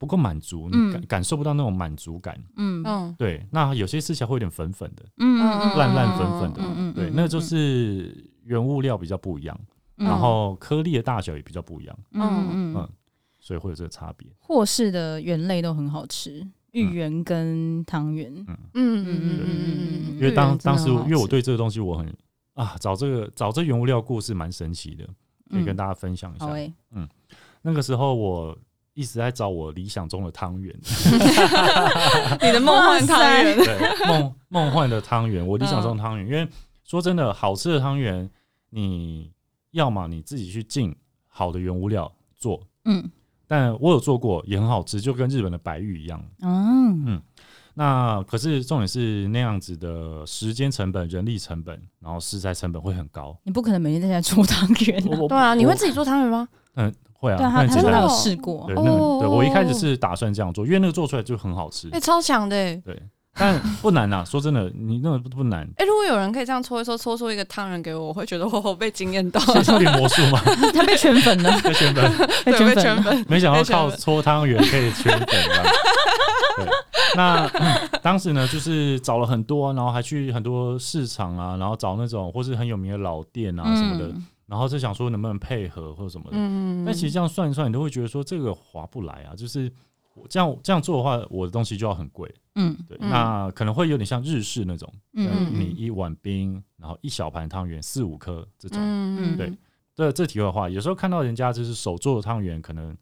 [SPEAKER 1] 不够满足，
[SPEAKER 3] 嗯
[SPEAKER 1] 你感感受不到那种满足感。
[SPEAKER 3] 嗯嗯
[SPEAKER 4] 嗯
[SPEAKER 1] 对，那有些吃起来会有点粉粉的，
[SPEAKER 3] 嗯
[SPEAKER 1] 烂烂粉粉的
[SPEAKER 4] 嗯
[SPEAKER 3] 嗯
[SPEAKER 1] 对，那就是原物料比较不一样，然后颗粒的大小也比较不一样，
[SPEAKER 3] 嗯嗯，
[SPEAKER 1] 所以会有这个差别。
[SPEAKER 3] 霍氏的原类都很好吃，芋圆跟汤圆，
[SPEAKER 4] 嗯嗯嗯嗯嗯，
[SPEAKER 1] 因为当
[SPEAKER 4] 芋圆真的
[SPEAKER 1] 当时我
[SPEAKER 4] 很好吃
[SPEAKER 1] 因为我对这个东西我很啊，找这个找这原物料故事蛮神奇的，
[SPEAKER 4] 嗯
[SPEAKER 1] 可以跟大家分享一下。
[SPEAKER 3] 好诶，
[SPEAKER 1] 那个时候我一直在找我理想中的汤 圆，
[SPEAKER 4] 你的梦幻汤圆，
[SPEAKER 1] 对梦梦幻的汤圆，我理
[SPEAKER 4] 嗯
[SPEAKER 1] 想中的汤圆。因为说真的，好吃的汤圆，你要么你自己去进好的原物料做，
[SPEAKER 3] 嗯
[SPEAKER 1] 但我有做过也很好吃，就跟日本的白玉一样。
[SPEAKER 3] 嗯
[SPEAKER 1] 那可是重点是那样子的时间成本、人力成本，然后食材成本会很 高。
[SPEAKER 3] 你不可能每天在家做汤圆，
[SPEAKER 1] 我我
[SPEAKER 4] 对啊，你
[SPEAKER 1] 我
[SPEAKER 4] 会自己做汤圆吗？
[SPEAKER 1] 嗯，会啊，
[SPEAKER 3] 对啊，
[SPEAKER 1] 那
[SPEAKER 3] 他
[SPEAKER 1] 很
[SPEAKER 3] 他
[SPEAKER 1] 简
[SPEAKER 3] 说他
[SPEAKER 1] 单
[SPEAKER 3] 有
[SPEAKER 4] 有。
[SPEAKER 3] 试过
[SPEAKER 1] 对，，那很对
[SPEAKER 4] 哦
[SPEAKER 1] 我一开始是打算这样做，因为那个做出来就很好吃
[SPEAKER 4] 哎，，超强的哎！
[SPEAKER 1] 对，但不难啦。说真的，你那个不不难，
[SPEAKER 4] 哎，如果有人可以这样搓一搓，搓出一个汤圆给我，我会觉得我被惊艳到，
[SPEAKER 1] 这是有点魔术嘛，
[SPEAKER 3] 他被圈粉了，
[SPEAKER 1] 在圈粉，
[SPEAKER 3] 被
[SPEAKER 4] 对，被
[SPEAKER 3] 圈粉
[SPEAKER 4] 圈
[SPEAKER 3] 了，
[SPEAKER 4] 粉。
[SPEAKER 1] 没想到
[SPEAKER 4] 被圈
[SPEAKER 1] 靠
[SPEAKER 4] 粉
[SPEAKER 1] 搓汤圆可以圈粉这样。对，那、嗯当时呢，就是找了很多啊，然后还去很多市场啊，然后找那种或是很有名的老店啊什么的，
[SPEAKER 3] 嗯
[SPEAKER 1] 然后就想说能不能配合或者什么的。
[SPEAKER 4] 嗯，
[SPEAKER 1] 但其实这样算一算，你都会觉得说这个划不来啊，就是我这样这样做的话，我的东西就要很贵。
[SPEAKER 3] 嗯
[SPEAKER 1] 对，
[SPEAKER 4] 嗯
[SPEAKER 1] 那可能会有点像日式那种，
[SPEAKER 3] 嗯
[SPEAKER 1] 你一碗冰，然后一小盘汤圆，四五颗这种。
[SPEAKER 4] 嗯
[SPEAKER 1] 对这这题外话，有时候看到人家就是手做的汤圆，可能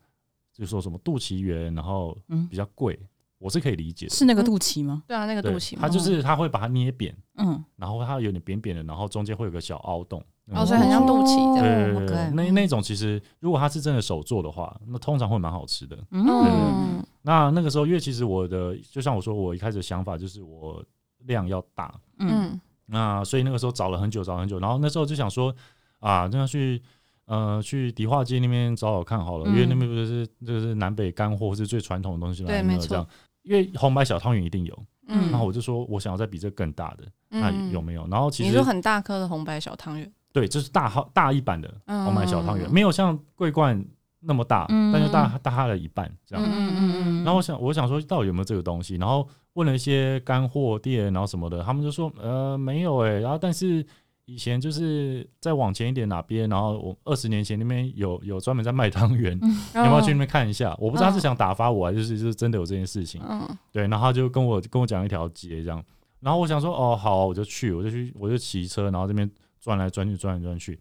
[SPEAKER 1] 就说什么肚脐圆，然后
[SPEAKER 3] 嗯，
[SPEAKER 1] 比较贵，我是可以理解的。
[SPEAKER 3] 是那个肚脐吗？
[SPEAKER 4] 对啊，那个
[SPEAKER 1] 对
[SPEAKER 4] 肚脐嘛
[SPEAKER 1] 它，就是它会把它捏扁，
[SPEAKER 3] 嗯，
[SPEAKER 1] 然后它有点扁扁的，然后中间会有个小凹洞。那
[SPEAKER 4] 哦，
[SPEAKER 1] 种
[SPEAKER 4] 所以很像肚脐这
[SPEAKER 1] 对
[SPEAKER 4] 样。
[SPEAKER 1] 对
[SPEAKER 3] 好
[SPEAKER 1] 对
[SPEAKER 3] 可
[SPEAKER 1] 对
[SPEAKER 3] 爱，
[SPEAKER 4] 嗯
[SPEAKER 1] 那那种其实如果它是真的手做的话，那通常会蛮好吃的。
[SPEAKER 3] 嗯，
[SPEAKER 4] 嗯
[SPEAKER 1] 那那个时候，因为其实我的就像我说，我一开始的想法就是我量要大，
[SPEAKER 3] 嗯
[SPEAKER 4] 嗯
[SPEAKER 1] 那所以那个时候找了很久，找了很久，然后那时候就想说啊，那要去呃去迪化街那边找找看好了，
[SPEAKER 3] 嗯
[SPEAKER 1] 因为那边不是就是南北干货是最传统的东西嘛，
[SPEAKER 4] 对
[SPEAKER 1] 有没有
[SPEAKER 4] 没错
[SPEAKER 1] 这样。因为红白小汤圆一定有，
[SPEAKER 3] 嗯
[SPEAKER 1] 然后我就说我想要再比这更大的，那有没有？然后其
[SPEAKER 4] 嗯你
[SPEAKER 1] 实
[SPEAKER 4] 说很大颗的红白小汤圆，
[SPEAKER 1] 对，就是大号大一版的
[SPEAKER 4] 嗯
[SPEAKER 1] 红白小汤圆，没有像桂冠那么大，
[SPEAKER 3] 嗯
[SPEAKER 1] 但就大大它的一半这样。
[SPEAKER 3] 嗯
[SPEAKER 1] 然后我想，我想说到底有没有这个东西，然后问了一些干货店，然后什么的，他们就说呃没有哎、然后但是以前就是再往前一点哪边，然后我二十年前那边有有专门在卖汤圆，
[SPEAKER 4] 要
[SPEAKER 1] 你要不要去那边看一下？我不知道他是想打发我，还是就是真的有这件事情。
[SPEAKER 4] 嗯
[SPEAKER 1] 对，然后他就跟我跟我讲一条街这样，然后我想说哦好啊，我就去，我就去，我就骑车，然后这边转来转去，转来转去。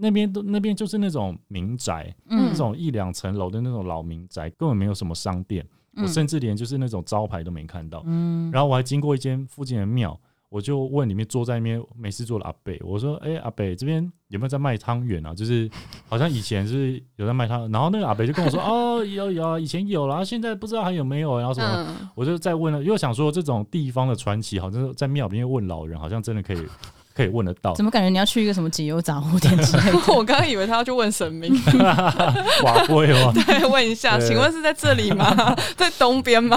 [SPEAKER 1] 那边都那边就是那种民宅，那种一两层楼的那种老民宅，根本没有什么商店。我甚至连就是那种招牌都没看到。
[SPEAKER 3] 嗯，
[SPEAKER 1] 然后我还经过一间附近的庙，我就问里面坐在那边没事做的阿北，我说：“哎、阿北这边有没有在卖汤圆啊？就是好像以前是有在卖汤。”然后那个阿北就跟我 说：“哦，有有啊，以前有啦，现在不知道还有没有。”然后什么的。
[SPEAKER 4] 嗯，
[SPEAKER 1] 我就再问了，又想说这种地方的传奇，好像是在庙里面问老人，好像真的可以可以问得到。
[SPEAKER 3] 怎么感觉你要去一个什么解忧杂货店之类
[SPEAKER 4] 我刚刚以为他要去问神 明，
[SPEAKER 1] 瓦龟哦，
[SPEAKER 4] 对，问一下，
[SPEAKER 1] 对
[SPEAKER 4] 请问是在这 里吗？在东边吗？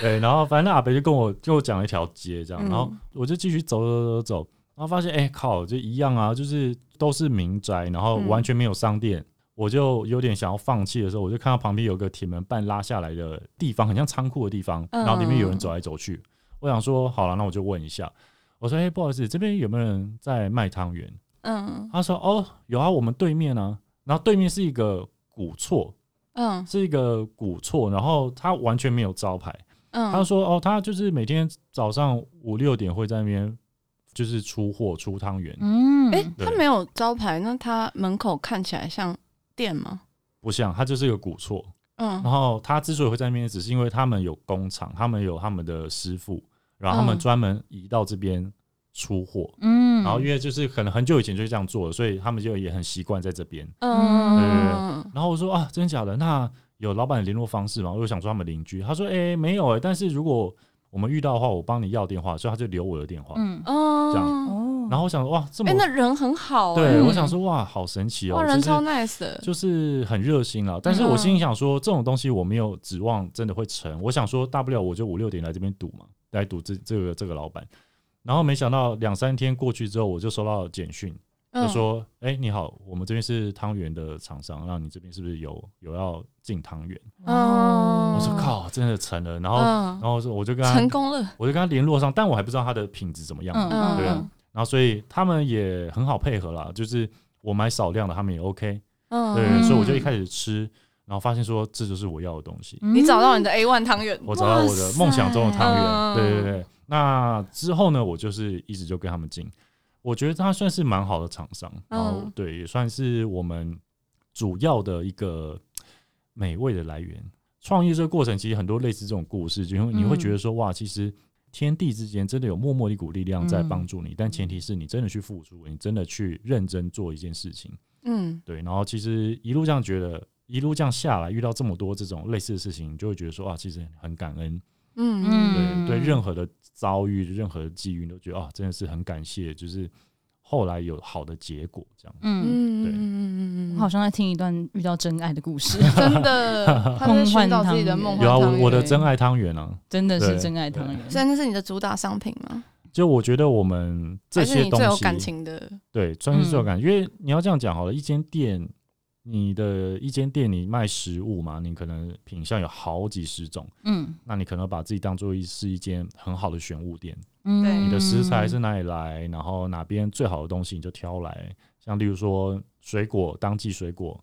[SPEAKER 1] 对，然后反正那阿北就跟我就讲了一条街这样，
[SPEAKER 4] 嗯
[SPEAKER 1] 然后我就继续走走走走，然后发现哎、靠，就一样啊，就是都是民宅，然后
[SPEAKER 4] 嗯
[SPEAKER 1] 完全没有商店，我就有点想要放弃的时候，我就看到旁边有个铁门半拉下来的地方，很像仓库的地方，
[SPEAKER 4] 嗯
[SPEAKER 1] 然后里面有人走来走去，我想说好了，那我就问一下，我说哎、不好意思，这边有没有人在卖汤圆？
[SPEAKER 4] 嗯
[SPEAKER 1] 他说哦有啊，我们对面啊，然后对面是一个古厝，
[SPEAKER 4] 嗯
[SPEAKER 1] 是一个古厝，然后它完全没有招牌。他
[SPEAKER 4] 嗯
[SPEAKER 1] 说哦，他就是每天早上五六点会在那边就是出货出汤圆，
[SPEAKER 3] 嗯，
[SPEAKER 4] 哎，
[SPEAKER 1] 对
[SPEAKER 4] 他没有招牌，那他门口看起来像店吗？
[SPEAKER 1] 不像他就是一个古厝。然
[SPEAKER 4] 嗯
[SPEAKER 1] 后他之所以会在那边，只是因为他们有工厂，他们有他们的师傅，然后他们
[SPEAKER 4] 嗯
[SPEAKER 1] 专门移到这边出货。
[SPEAKER 3] 嗯，
[SPEAKER 1] 然后因为就是可能很久以前就是这样做的，所以他们就也很习惯在这边。
[SPEAKER 4] 嗯
[SPEAKER 1] 然后我说啊，真假的？那有老板的联络方式吗？我就想说他们邻居，他说哎、没有哎、但是如果我们遇到的话，我帮你要电话，所以他就留我的电话。
[SPEAKER 3] 嗯
[SPEAKER 1] 这
[SPEAKER 4] 嗯，
[SPEAKER 3] 哦，
[SPEAKER 1] 然后我想哇，这么
[SPEAKER 4] 哎，那人很好哎，
[SPEAKER 1] 对，
[SPEAKER 3] 嗯
[SPEAKER 1] 我想说哇，好神奇哦
[SPEAKER 4] 哇，，人
[SPEAKER 1] 就
[SPEAKER 4] 超嗯
[SPEAKER 1] 是
[SPEAKER 4] nice 的，
[SPEAKER 1] 就是很热心了。但是我心里想说，这种东西我没有指望真的会成，我想说大不了我就五六点来这边赌嘛，来赌这这个这个老板。然后没想到两三天过去之后，我就收到简讯，就
[SPEAKER 4] 嗯
[SPEAKER 1] 说：“哎、你好，我们这边是汤圆的厂商，那你这边是不是有有要进汤圆？”
[SPEAKER 4] 嗯
[SPEAKER 1] 哦我说：“靠，真的成了。”然后，然
[SPEAKER 4] 嗯，
[SPEAKER 1] 后我就跟他
[SPEAKER 4] 成，功了，
[SPEAKER 1] 我就跟他联络上，但我还不知道他的品质怎么样。
[SPEAKER 3] 嗯
[SPEAKER 1] 对啊
[SPEAKER 3] 嗯
[SPEAKER 4] 嗯
[SPEAKER 1] 然后，所以他们也很好配合啦，就是我买少量的，他们也 OK。
[SPEAKER 4] 嗯，
[SPEAKER 1] 对，所以我就一开始吃，然后发现说这就是我要的东西，
[SPEAKER 3] 嗯，
[SPEAKER 4] 你找到你的 A one 汤圆，
[SPEAKER 1] 我找到我的梦想中的汤圆。
[SPEAKER 4] 哇塞
[SPEAKER 1] 对对对，那之后呢，我就是一直就跟他们进，我觉得他算是蛮好的厂商，然后、
[SPEAKER 4] 嗯
[SPEAKER 1] 对也算是我们主要的一个美味的来源。创业这个过程，其实很多类似这种故事，就会你会觉得说、哇，其实。天地之间真的有默默的一股力量在帮助你，但前提是你真的去付出，你真的去认真做一件事情。
[SPEAKER 4] 嗯
[SPEAKER 1] 对，然后其实一路这样觉得，一路这样下来，遇到这么多这种类似的事情，你就会觉得说啊，其实很感恩。对、
[SPEAKER 4] 嗯
[SPEAKER 1] 对，任何的遭遇、任何的际遇，你都觉得啊，真的是很感谢，就是后来有好的结果这样。
[SPEAKER 3] 嗯，
[SPEAKER 4] 嗯
[SPEAKER 1] 对
[SPEAKER 4] 嗯
[SPEAKER 3] 我好像在听一段遇到真爱的 故事，
[SPEAKER 4] 真 的，他在寻找自己的梦幻
[SPEAKER 1] 有啊，
[SPEAKER 4] 汤
[SPEAKER 1] 我
[SPEAKER 4] 圆。
[SPEAKER 1] 我的真爱汤圆啊，
[SPEAKER 3] 真的
[SPEAKER 1] 对
[SPEAKER 3] 是真爱汤圆，
[SPEAKER 4] 所以那是你的主打商品吗？
[SPEAKER 1] 就我觉得我们这
[SPEAKER 4] 还是
[SPEAKER 1] 些
[SPEAKER 4] 你
[SPEAKER 1] 东
[SPEAKER 4] 最有
[SPEAKER 1] 西，
[SPEAKER 4] 感情嗯的？
[SPEAKER 1] 对，算是最有感觉，因为你要这样讲好了，一间店。你的一间店，你卖食物嘛，你可能品相有好几十种，
[SPEAKER 3] 嗯
[SPEAKER 1] 那你可能把自己当做一是一间很好的选物店，
[SPEAKER 3] 嗯，
[SPEAKER 1] 你的食材是哪里来，然后哪边最好的东西你就挑来。像例如说水果，当季水果，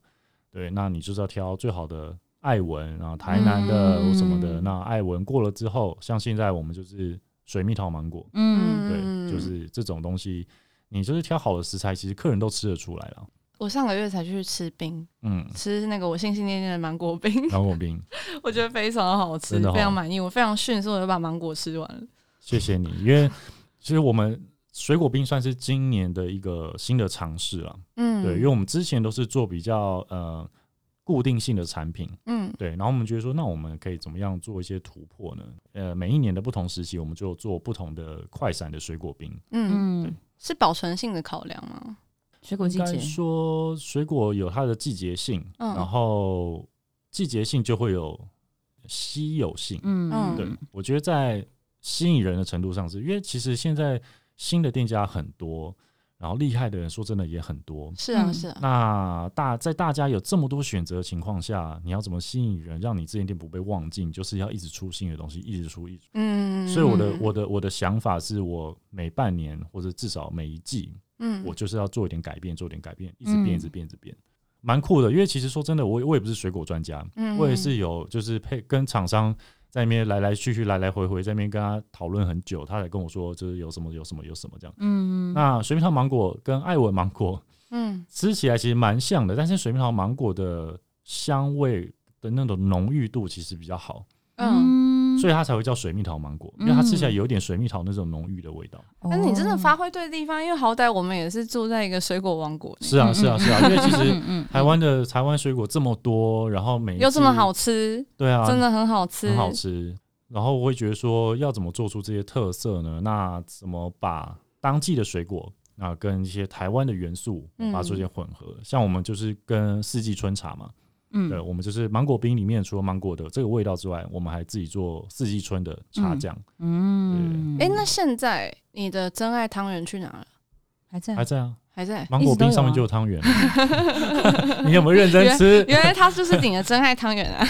[SPEAKER 1] 对，那你就是要挑最好的艾文啊，台南的
[SPEAKER 3] 嗯
[SPEAKER 1] 或什么的。那艾文过了之后，像现在我们就是水蜜桃芒果，
[SPEAKER 3] 嗯，
[SPEAKER 1] 对，就是这种东西，你就是挑好的食材，其实客人都吃得出来了。
[SPEAKER 4] 我上个月才去吃冰，
[SPEAKER 1] 嗯，
[SPEAKER 4] 吃那个我心心念念的芒果冰，
[SPEAKER 1] 芒果冰，
[SPEAKER 4] 我觉得非常好
[SPEAKER 1] 哦
[SPEAKER 4] 吃，
[SPEAKER 1] 真的哦
[SPEAKER 4] 非常满意。我非常迅速的就把芒果吃完了。
[SPEAKER 1] 谢谢你，因为其实我们水果冰算是今年的一个新的尝试了。
[SPEAKER 4] 嗯，
[SPEAKER 1] 对，因为我们之前都是做比较呃固定性的产品，
[SPEAKER 4] 嗯
[SPEAKER 1] 对，然后我们觉得说，那我们可以怎么样做一些突破呢？呃，每一年的不同时期，我们就做不同的快闪的水果冰。
[SPEAKER 4] 嗯，
[SPEAKER 3] 嗯，
[SPEAKER 4] 是保存性的考量吗？
[SPEAKER 3] 水果季
[SPEAKER 1] 应该
[SPEAKER 3] 节，
[SPEAKER 1] 说水果有它的季节性，
[SPEAKER 4] 嗯
[SPEAKER 1] 然后季节性就会有稀有性。
[SPEAKER 3] 嗯
[SPEAKER 4] 嗯
[SPEAKER 1] 对，我觉得在吸引人的程度上是，因为其实现在新的店家很多，然后厉害的人说真的也很多，
[SPEAKER 4] 是啊，
[SPEAKER 3] 嗯
[SPEAKER 4] 是啊，
[SPEAKER 1] 那大在大家有这么多选择的情况下，你要怎么吸引人，让你这间店不被忘记？你就是要一直出新的东西，一直出，一直出。
[SPEAKER 4] 嗯，
[SPEAKER 1] 所以我的我的我的想法是我每半年或者至少每一季，
[SPEAKER 4] 嗯
[SPEAKER 1] 我就是要做一点改变，做一点改变，一直
[SPEAKER 3] 嗯
[SPEAKER 1] 变，一直变，一直变，蛮酷的。因为其实说真的，我也我也不是水果专家，
[SPEAKER 4] 嗯
[SPEAKER 1] 我也是有就是配跟厂商在那边来来去去，来来回回在那边跟他讨论很久，他才跟我说就是有什么有什么有什么这样。
[SPEAKER 3] 嗯，
[SPEAKER 1] 那水蜜桃芒果跟艾文芒果
[SPEAKER 4] 嗯
[SPEAKER 1] 吃起来其实蛮像的，但是水蜜桃芒果的香味的那种浓郁度其实比较好，
[SPEAKER 4] 嗯。
[SPEAKER 1] 所以它才会叫水蜜桃芒果，因为它吃起来有点水蜜桃那种浓郁的味道。
[SPEAKER 4] 那你真的
[SPEAKER 3] 哦
[SPEAKER 4] 发挥对地方，因为好歹我们也是住在一个水果王国内，
[SPEAKER 1] 是啊，是啊，是啊，因为其实
[SPEAKER 3] 实
[SPEAKER 1] 台湾的台湾水果这么多，然后每一
[SPEAKER 4] 嗯又这么
[SPEAKER 1] 季
[SPEAKER 4] 好，吃，
[SPEAKER 1] 对啊，
[SPEAKER 4] 真的很好吃，
[SPEAKER 1] 很好吃。然后我会觉得说，要怎么做出这些特色呢？那怎么把当季的水果啊，跟一些台湾的元素，
[SPEAKER 4] 嗯
[SPEAKER 1] 把它做一些混合？像我们就是跟四季春茶嘛，
[SPEAKER 3] 嗯
[SPEAKER 1] 对，我们就是芒果冰里面除了芒果的这个味道之外，我们还自己做四季春的茶酱，
[SPEAKER 3] 嗯，
[SPEAKER 4] 哎、那现在你的真爱汤圆去哪了？
[SPEAKER 3] 还在
[SPEAKER 1] 还在啊。
[SPEAKER 4] 还 在？
[SPEAKER 1] 芒果冰上面就有汤圆， 你有没有认真吃？
[SPEAKER 4] 原来他就是你的真爱汤圆 啊！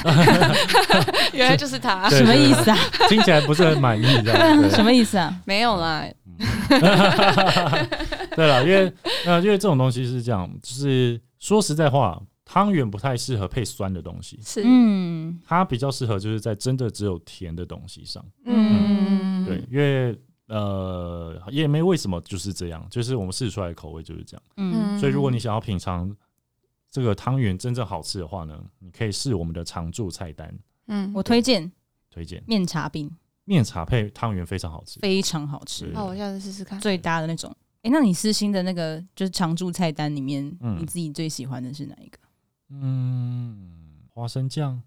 [SPEAKER 4] 原来就是他，
[SPEAKER 1] 对
[SPEAKER 3] 什么意思啊？
[SPEAKER 1] 听起来不是很满意，这样
[SPEAKER 3] 什
[SPEAKER 1] 对
[SPEAKER 3] 么意思啊？
[SPEAKER 4] 没有啦，
[SPEAKER 1] 对了，因为呃，因为这种东西是这样，就是说实在话，汤圆不太适合配酸的东西，
[SPEAKER 4] 是
[SPEAKER 3] 嗯
[SPEAKER 1] 它比较适合就是在真的只有甜的东西上。
[SPEAKER 4] 嗯，
[SPEAKER 1] 对，，因为呃也没为什么就是这样，就是我们试出来的口味就是这样。
[SPEAKER 3] 嗯
[SPEAKER 1] 所以如果你想要品尝这个汤圆真正好吃的话呢，你可以试我们的常驻菜单
[SPEAKER 4] 嗯，
[SPEAKER 3] 我推荐
[SPEAKER 1] 推荐，
[SPEAKER 3] 面茶饼，
[SPEAKER 1] 面茶配汤圆非常好吃。
[SPEAKER 3] 非常好吃，
[SPEAKER 1] 对
[SPEAKER 4] 好，哦我下次试试看。
[SPEAKER 3] 最搭的那种。哎，那你私心的那个就是常驻菜单里面，
[SPEAKER 1] 嗯
[SPEAKER 3] 你自己最喜欢的是哪一个？
[SPEAKER 1] 嗯，花生酱，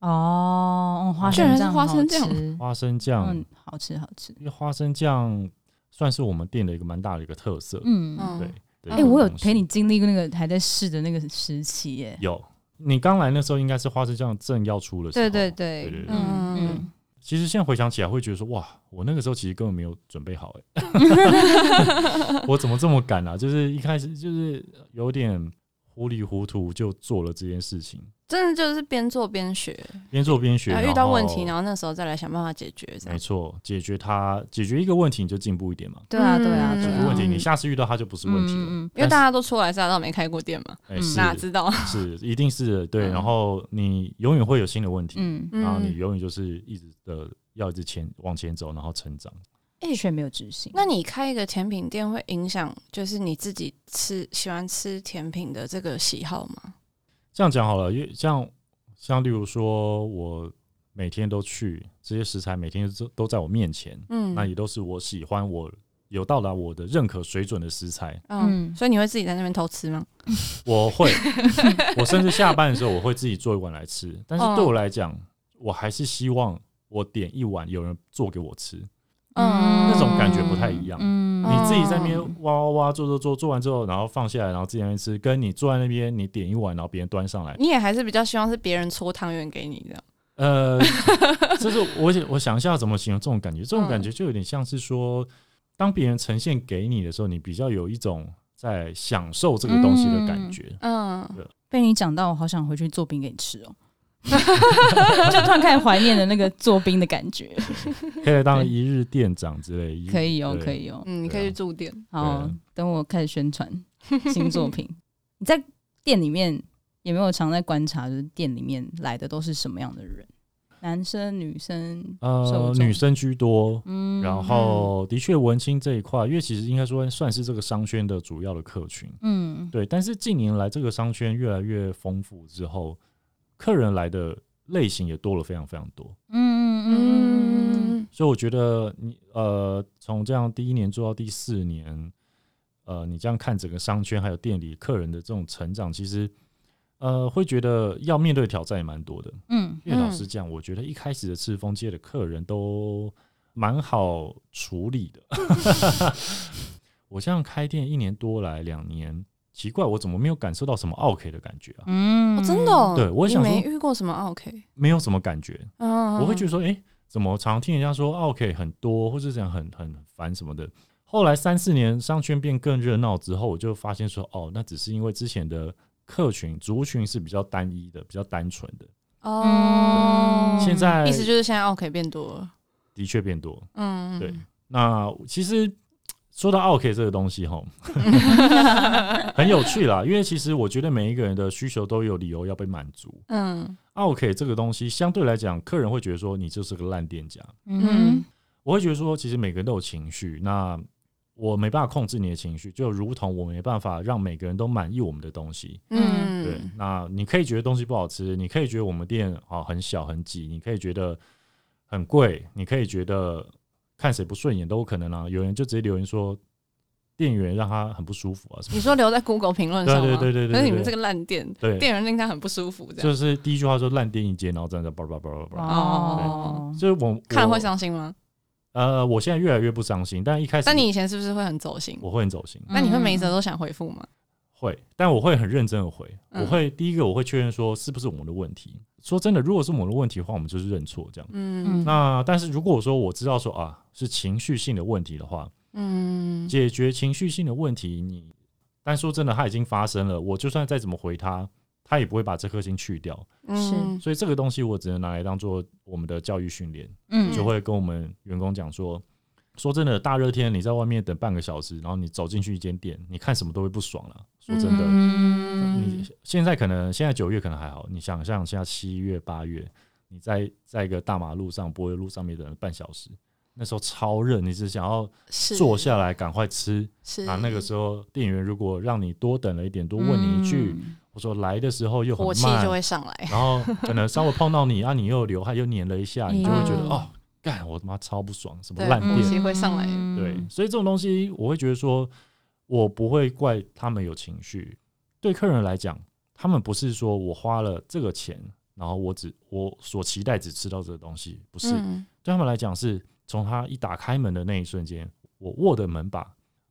[SPEAKER 3] 哦，嗯花
[SPEAKER 1] 居然
[SPEAKER 3] 生
[SPEAKER 4] 是
[SPEAKER 3] 酱
[SPEAKER 4] 花
[SPEAKER 3] 好
[SPEAKER 4] 生酱
[SPEAKER 3] 吃，
[SPEAKER 1] 花生酱，
[SPEAKER 3] 嗯，好吃好吃，
[SPEAKER 1] 因为花生酱算是我们店的一个蛮大的一个特色。
[SPEAKER 3] 嗯。
[SPEAKER 4] 嗯
[SPEAKER 1] 对，
[SPEAKER 4] 哎
[SPEAKER 3] 哎、
[SPEAKER 1] 的一个
[SPEAKER 3] 我有
[SPEAKER 1] 东西
[SPEAKER 3] 陪你经历过那个还在试的那个时期耶。
[SPEAKER 1] 有。你刚来那时候应该是花生酱正要出的时候，
[SPEAKER 3] 对对对
[SPEAKER 1] 对对对
[SPEAKER 3] 嗯
[SPEAKER 4] 对
[SPEAKER 3] 嗯，
[SPEAKER 1] 其实现在回想起来，会觉得说，哇，我那个时候其实根本没有准备好，哎， 我怎么这么赶啊？就是一开始就是有点糊里糊涂就做了这件事情，
[SPEAKER 4] 真的就是边做边学，
[SPEAKER 1] 边做边学，
[SPEAKER 4] 然后遇到问题，然
[SPEAKER 1] 呢，
[SPEAKER 4] 后那时候再来想办法解决，这
[SPEAKER 1] 没
[SPEAKER 4] 样。
[SPEAKER 1] 错，解决它，解决一个问题你就进步一点嘛。
[SPEAKER 3] 对啊对啊
[SPEAKER 4] 嗯
[SPEAKER 1] 解
[SPEAKER 3] 对
[SPEAKER 1] 决
[SPEAKER 3] 啊，
[SPEAKER 1] 问题，你下次遇到它就不是问题了。
[SPEAKER 3] 嗯嗯
[SPEAKER 4] 因为大家都出来赛道没开过店嘛，
[SPEAKER 1] 哎、
[SPEAKER 3] 嗯
[SPEAKER 4] 哪
[SPEAKER 1] 是
[SPEAKER 4] 知道？
[SPEAKER 1] 是，一定是的对。
[SPEAKER 4] 嗯
[SPEAKER 1] 然后你永远会有新的问题，
[SPEAKER 3] 嗯，
[SPEAKER 1] 然后你
[SPEAKER 4] 嗯，
[SPEAKER 1] 永远就是一直的要一直前往前走，然后成长。
[SPEAKER 3] 哎，却没有执行。
[SPEAKER 4] 那你开一个甜品店会影响就是你自己吃喜欢吃甜品的这个喜好吗？
[SPEAKER 1] 这样讲好了，因为像像例如说，我每天都去这些食材，每天都都在我面前，
[SPEAKER 4] 嗯，
[SPEAKER 1] 那也都是我喜欢，我有到达我的认可水准的食材，
[SPEAKER 4] 嗯，
[SPEAKER 3] 嗯
[SPEAKER 4] 所以你会自己在那边偷吃吗？
[SPEAKER 1] 我会， 我甚至下班的时候我会自己做一碗来吃。但是
[SPEAKER 4] 哦
[SPEAKER 1] 对我来讲，我还是希望我点一碗有人做给我吃，
[SPEAKER 4] 嗯
[SPEAKER 1] 那种感觉不太一样
[SPEAKER 3] 嗯
[SPEAKER 1] 你自己在那边哇哇哇做做做，做完之后然后放下来，然后自己在那边吃，跟你坐在那边你点一碗，然后别人端上来，
[SPEAKER 4] 你也还是比较希望是别人搓汤圆给你这样。
[SPEAKER 1] 呃， 就是我想我想一下怎么形容这种感觉，这种
[SPEAKER 3] 嗯
[SPEAKER 1] 感觉就有点像是说，当别人呈现给你的时候，你比较有一种在享受这个东西的感觉。
[SPEAKER 4] 嗯，
[SPEAKER 3] 被你讲到，我好想回去做饼给你吃哦。 就突然开始怀念了那个做兵的感 觉。
[SPEAKER 1] 可以来当一日店长之类，一日
[SPEAKER 3] 嗯可以哦，
[SPEAKER 1] 对
[SPEAKER 3] 可以哦。
[SPEAKER 4] 嗯，你可以去驻店，
[SPEAKER 3] 好
[SPEAKER 1] 对，啊
[SPEAKER 3] 等我开始宣传 新作品。你在店里面有没有常在观察，就是店里面来的都是什么样的人？男生、女生，受
[SPEAKER 1] 呃，
[SPEAKER 3] 众
[SPEAKER 1] 女生居多，
[SPEAKER 3] 嗯，
[SPEAKER 1] 然后的确文青这一块，因为其实应该说算是这个商圈的主要的客群，
[SPEAKER 3] 嗯，
[SPEAKER 1] 对。但是近年来这个商圈越来越丰富之后，客人来的类型也多了非常非常多，
[SPEAKER 3] 嗯嗯嗯嗯
[SPEAKER 4] 嗯，
[SPEAKER 1] 所以我觉得你呃，从这样第一年做到第四年，呃，你这样看整个商圈还有店里客人的这种成长，其实呃会觉得要面对的挑战也蛮多的。
[SPEAKER 3] 嗯
[SPEAKER 1] 因为老
[SPEAKER 4] 嗯
[SPEAKER 1] 实讲，我觉得一开始的赤峰街的客人都蛮好处理的。 我这样开店一年多来两年，奇怪，我怎么没有感受到什么 OK 的感觉啊？
[SPEAKER 3] 嗯
[SPEAKER 4] 哦真的哦，
[SPEAKER 1] 对我
[SPEAKER 4] 你
[SPEAKER 1] 想
[SPEAKER 4] 没
[SPEAKER 1] 说
[SPEAKER 4] 遇过什么哦 OK，
[SPEAKER 1] 没有什么感觉，
[SPEAKER 4] 嗯，
[SPEAKER 1] 我会觉得说，哎、怎么常听人家说啊 OK 很多，或是这样很很很烦什么的。后来三四年商圈变更热闹之后，我就发现说，哦，那只是因为之前的客群族群是比较单一的，比较单纯的。
[SPEAKER 4] 得哦，
[SPEAKER 1] 现在
[SPEAKER 4] 意思就是现在 OK 变多了，
[SPEAKER 1] 的确变多，
[SPEAKER 4] 嗯，
[SPEAKER 1] 对那其实说到 OK 这个东西， 吼，
[SPEAKER 4] 嗯
[SPEAKER 1] 很有趣啦。因为其实我觉得每一个人的需求都有理由要被满足。啊
[SPEAKER 4] 嗯
[SPEAKER 1] OK 这个东西相对来讲，客人会觉得说你就是个烂店家，
[SPEAKER 3] 嗯
[SPEAKER 1] 我会觉得说其实每个人都有情绪，那我没办法控制你的情绪，就如同我没办法让每个人都满意我们的东西。
[SPEAKER 4] 嗯，
[SPEAKER 1] 对，那你可以觉得东西不好吃，你可以觉得我们店啊很小很挤，你可以觉得很贵，你可以觉得看谁不顺眼都有可能啊。有人就直接留言说店员让他很不舒服啊什么
[SPEAKER 4] 你说留在 Google 评论上吗？
[SPEAKER 1] 对对对对对对
[SPEAKER 4] 可是你们这个烂店，
[SPEAKER 1] 对
[SPEAKER 4] 店员令他很不舒服，这样
[SPEAKER 1] 就是第一句话说烂店一间，然后这样子叭叭叭叭叭，
[SPEAKER 3] 哦，
[SPEAKER 1] 就是我
[SPEAKER 4] 看会
[SPEAKER 1] 上
[SPEAKER 4] 伤心吗？
[SPEAKER 1] 呃，我现在越来越不伤心，但一开始
[SPEAKER 4] 但你以前是不是会很走心？
[SPEAKER 1] 我会很走心，
[SPEAKER 4] 那你会每一则都想回复吗？
[SPEAKER 1] 会，但我会很认真的回，
[SPEAKER 4] 嗯
[SPEAKER 1] 我会第一个我会确认说是不是我们的问题。说真的，如果是我们的问题的话，我们就是认错这样。
[SPEAKER 4] 嗯
[SPEAKER 1] 那但是如果说我知道说啊是情绪性的问题的话，
[SPEAKER 4] 嗯
[SPEAKER 1] 解决情绪性的问题你，但说真的，它已经发生了，我就算再怎么回他，他也不会把这颗心去掉。
[SPEAKER 4] 嗯，
[SPEAKER 1] 所以这个东西我只能拿来当做我们的教育训练，
[SPEAKER 3] 嗯
[SPEAKER 1] 就会跟我们员工讲说。说真的，大热天你在外面等半个小时，然后你走进去一间店，你看什么都会不爽了。说真的，
[SPEAKER 3] 嗯
[SPEAKER 1] 你现在可能现在九月可能还好，你想象现在七月八月，你在在一个大马路上、柏油路上面等了半小时，那时候超热，你只想要
[SPEAKER 4] 是
[SPEAKER 1] 坐下来赶快吃。
[SPEAKER 4] 是
[SPEAKER 1] 啊，那个时候店员如果让你多等了一点，多问你一句，，
[SPEAKER 3] 嗯
[SPEAKER 1] 我说来的时候又很
[SPEAKER 4] 嗯火气就
[SPEAKER 1] 慢，
[SPEAKER 4] 会上来，
[SPEAKER 1] 然后可能稍微碰到你啊，你又流汗又黏了一下，你就会觉得、
[SPEAKER 4] 嗯
[SPEAKER 1] 哦，干我他妈超不爽，什么
[SPEAKER 4] 对
[SPEAKER 1] 烂
[SPEAKER 4] 火
[SPEAKER 1] 店
[SPEAKER 4] 气。会上来
[SPEAKER 1] 对，
[SPEAKER 3] 嗯
[SPEAKER 1] 所以这种东西，我会觉得说，我不会怪他们有情绪。对客人来讲，他们不是说我花了这个钱，然后我只我所期待只吃到这个东西，不是。
[SPEAKER 4] 嗯
[SPEAKER 1] 对他们来讲，是从他一打开门的那一瞬间，我握的门把，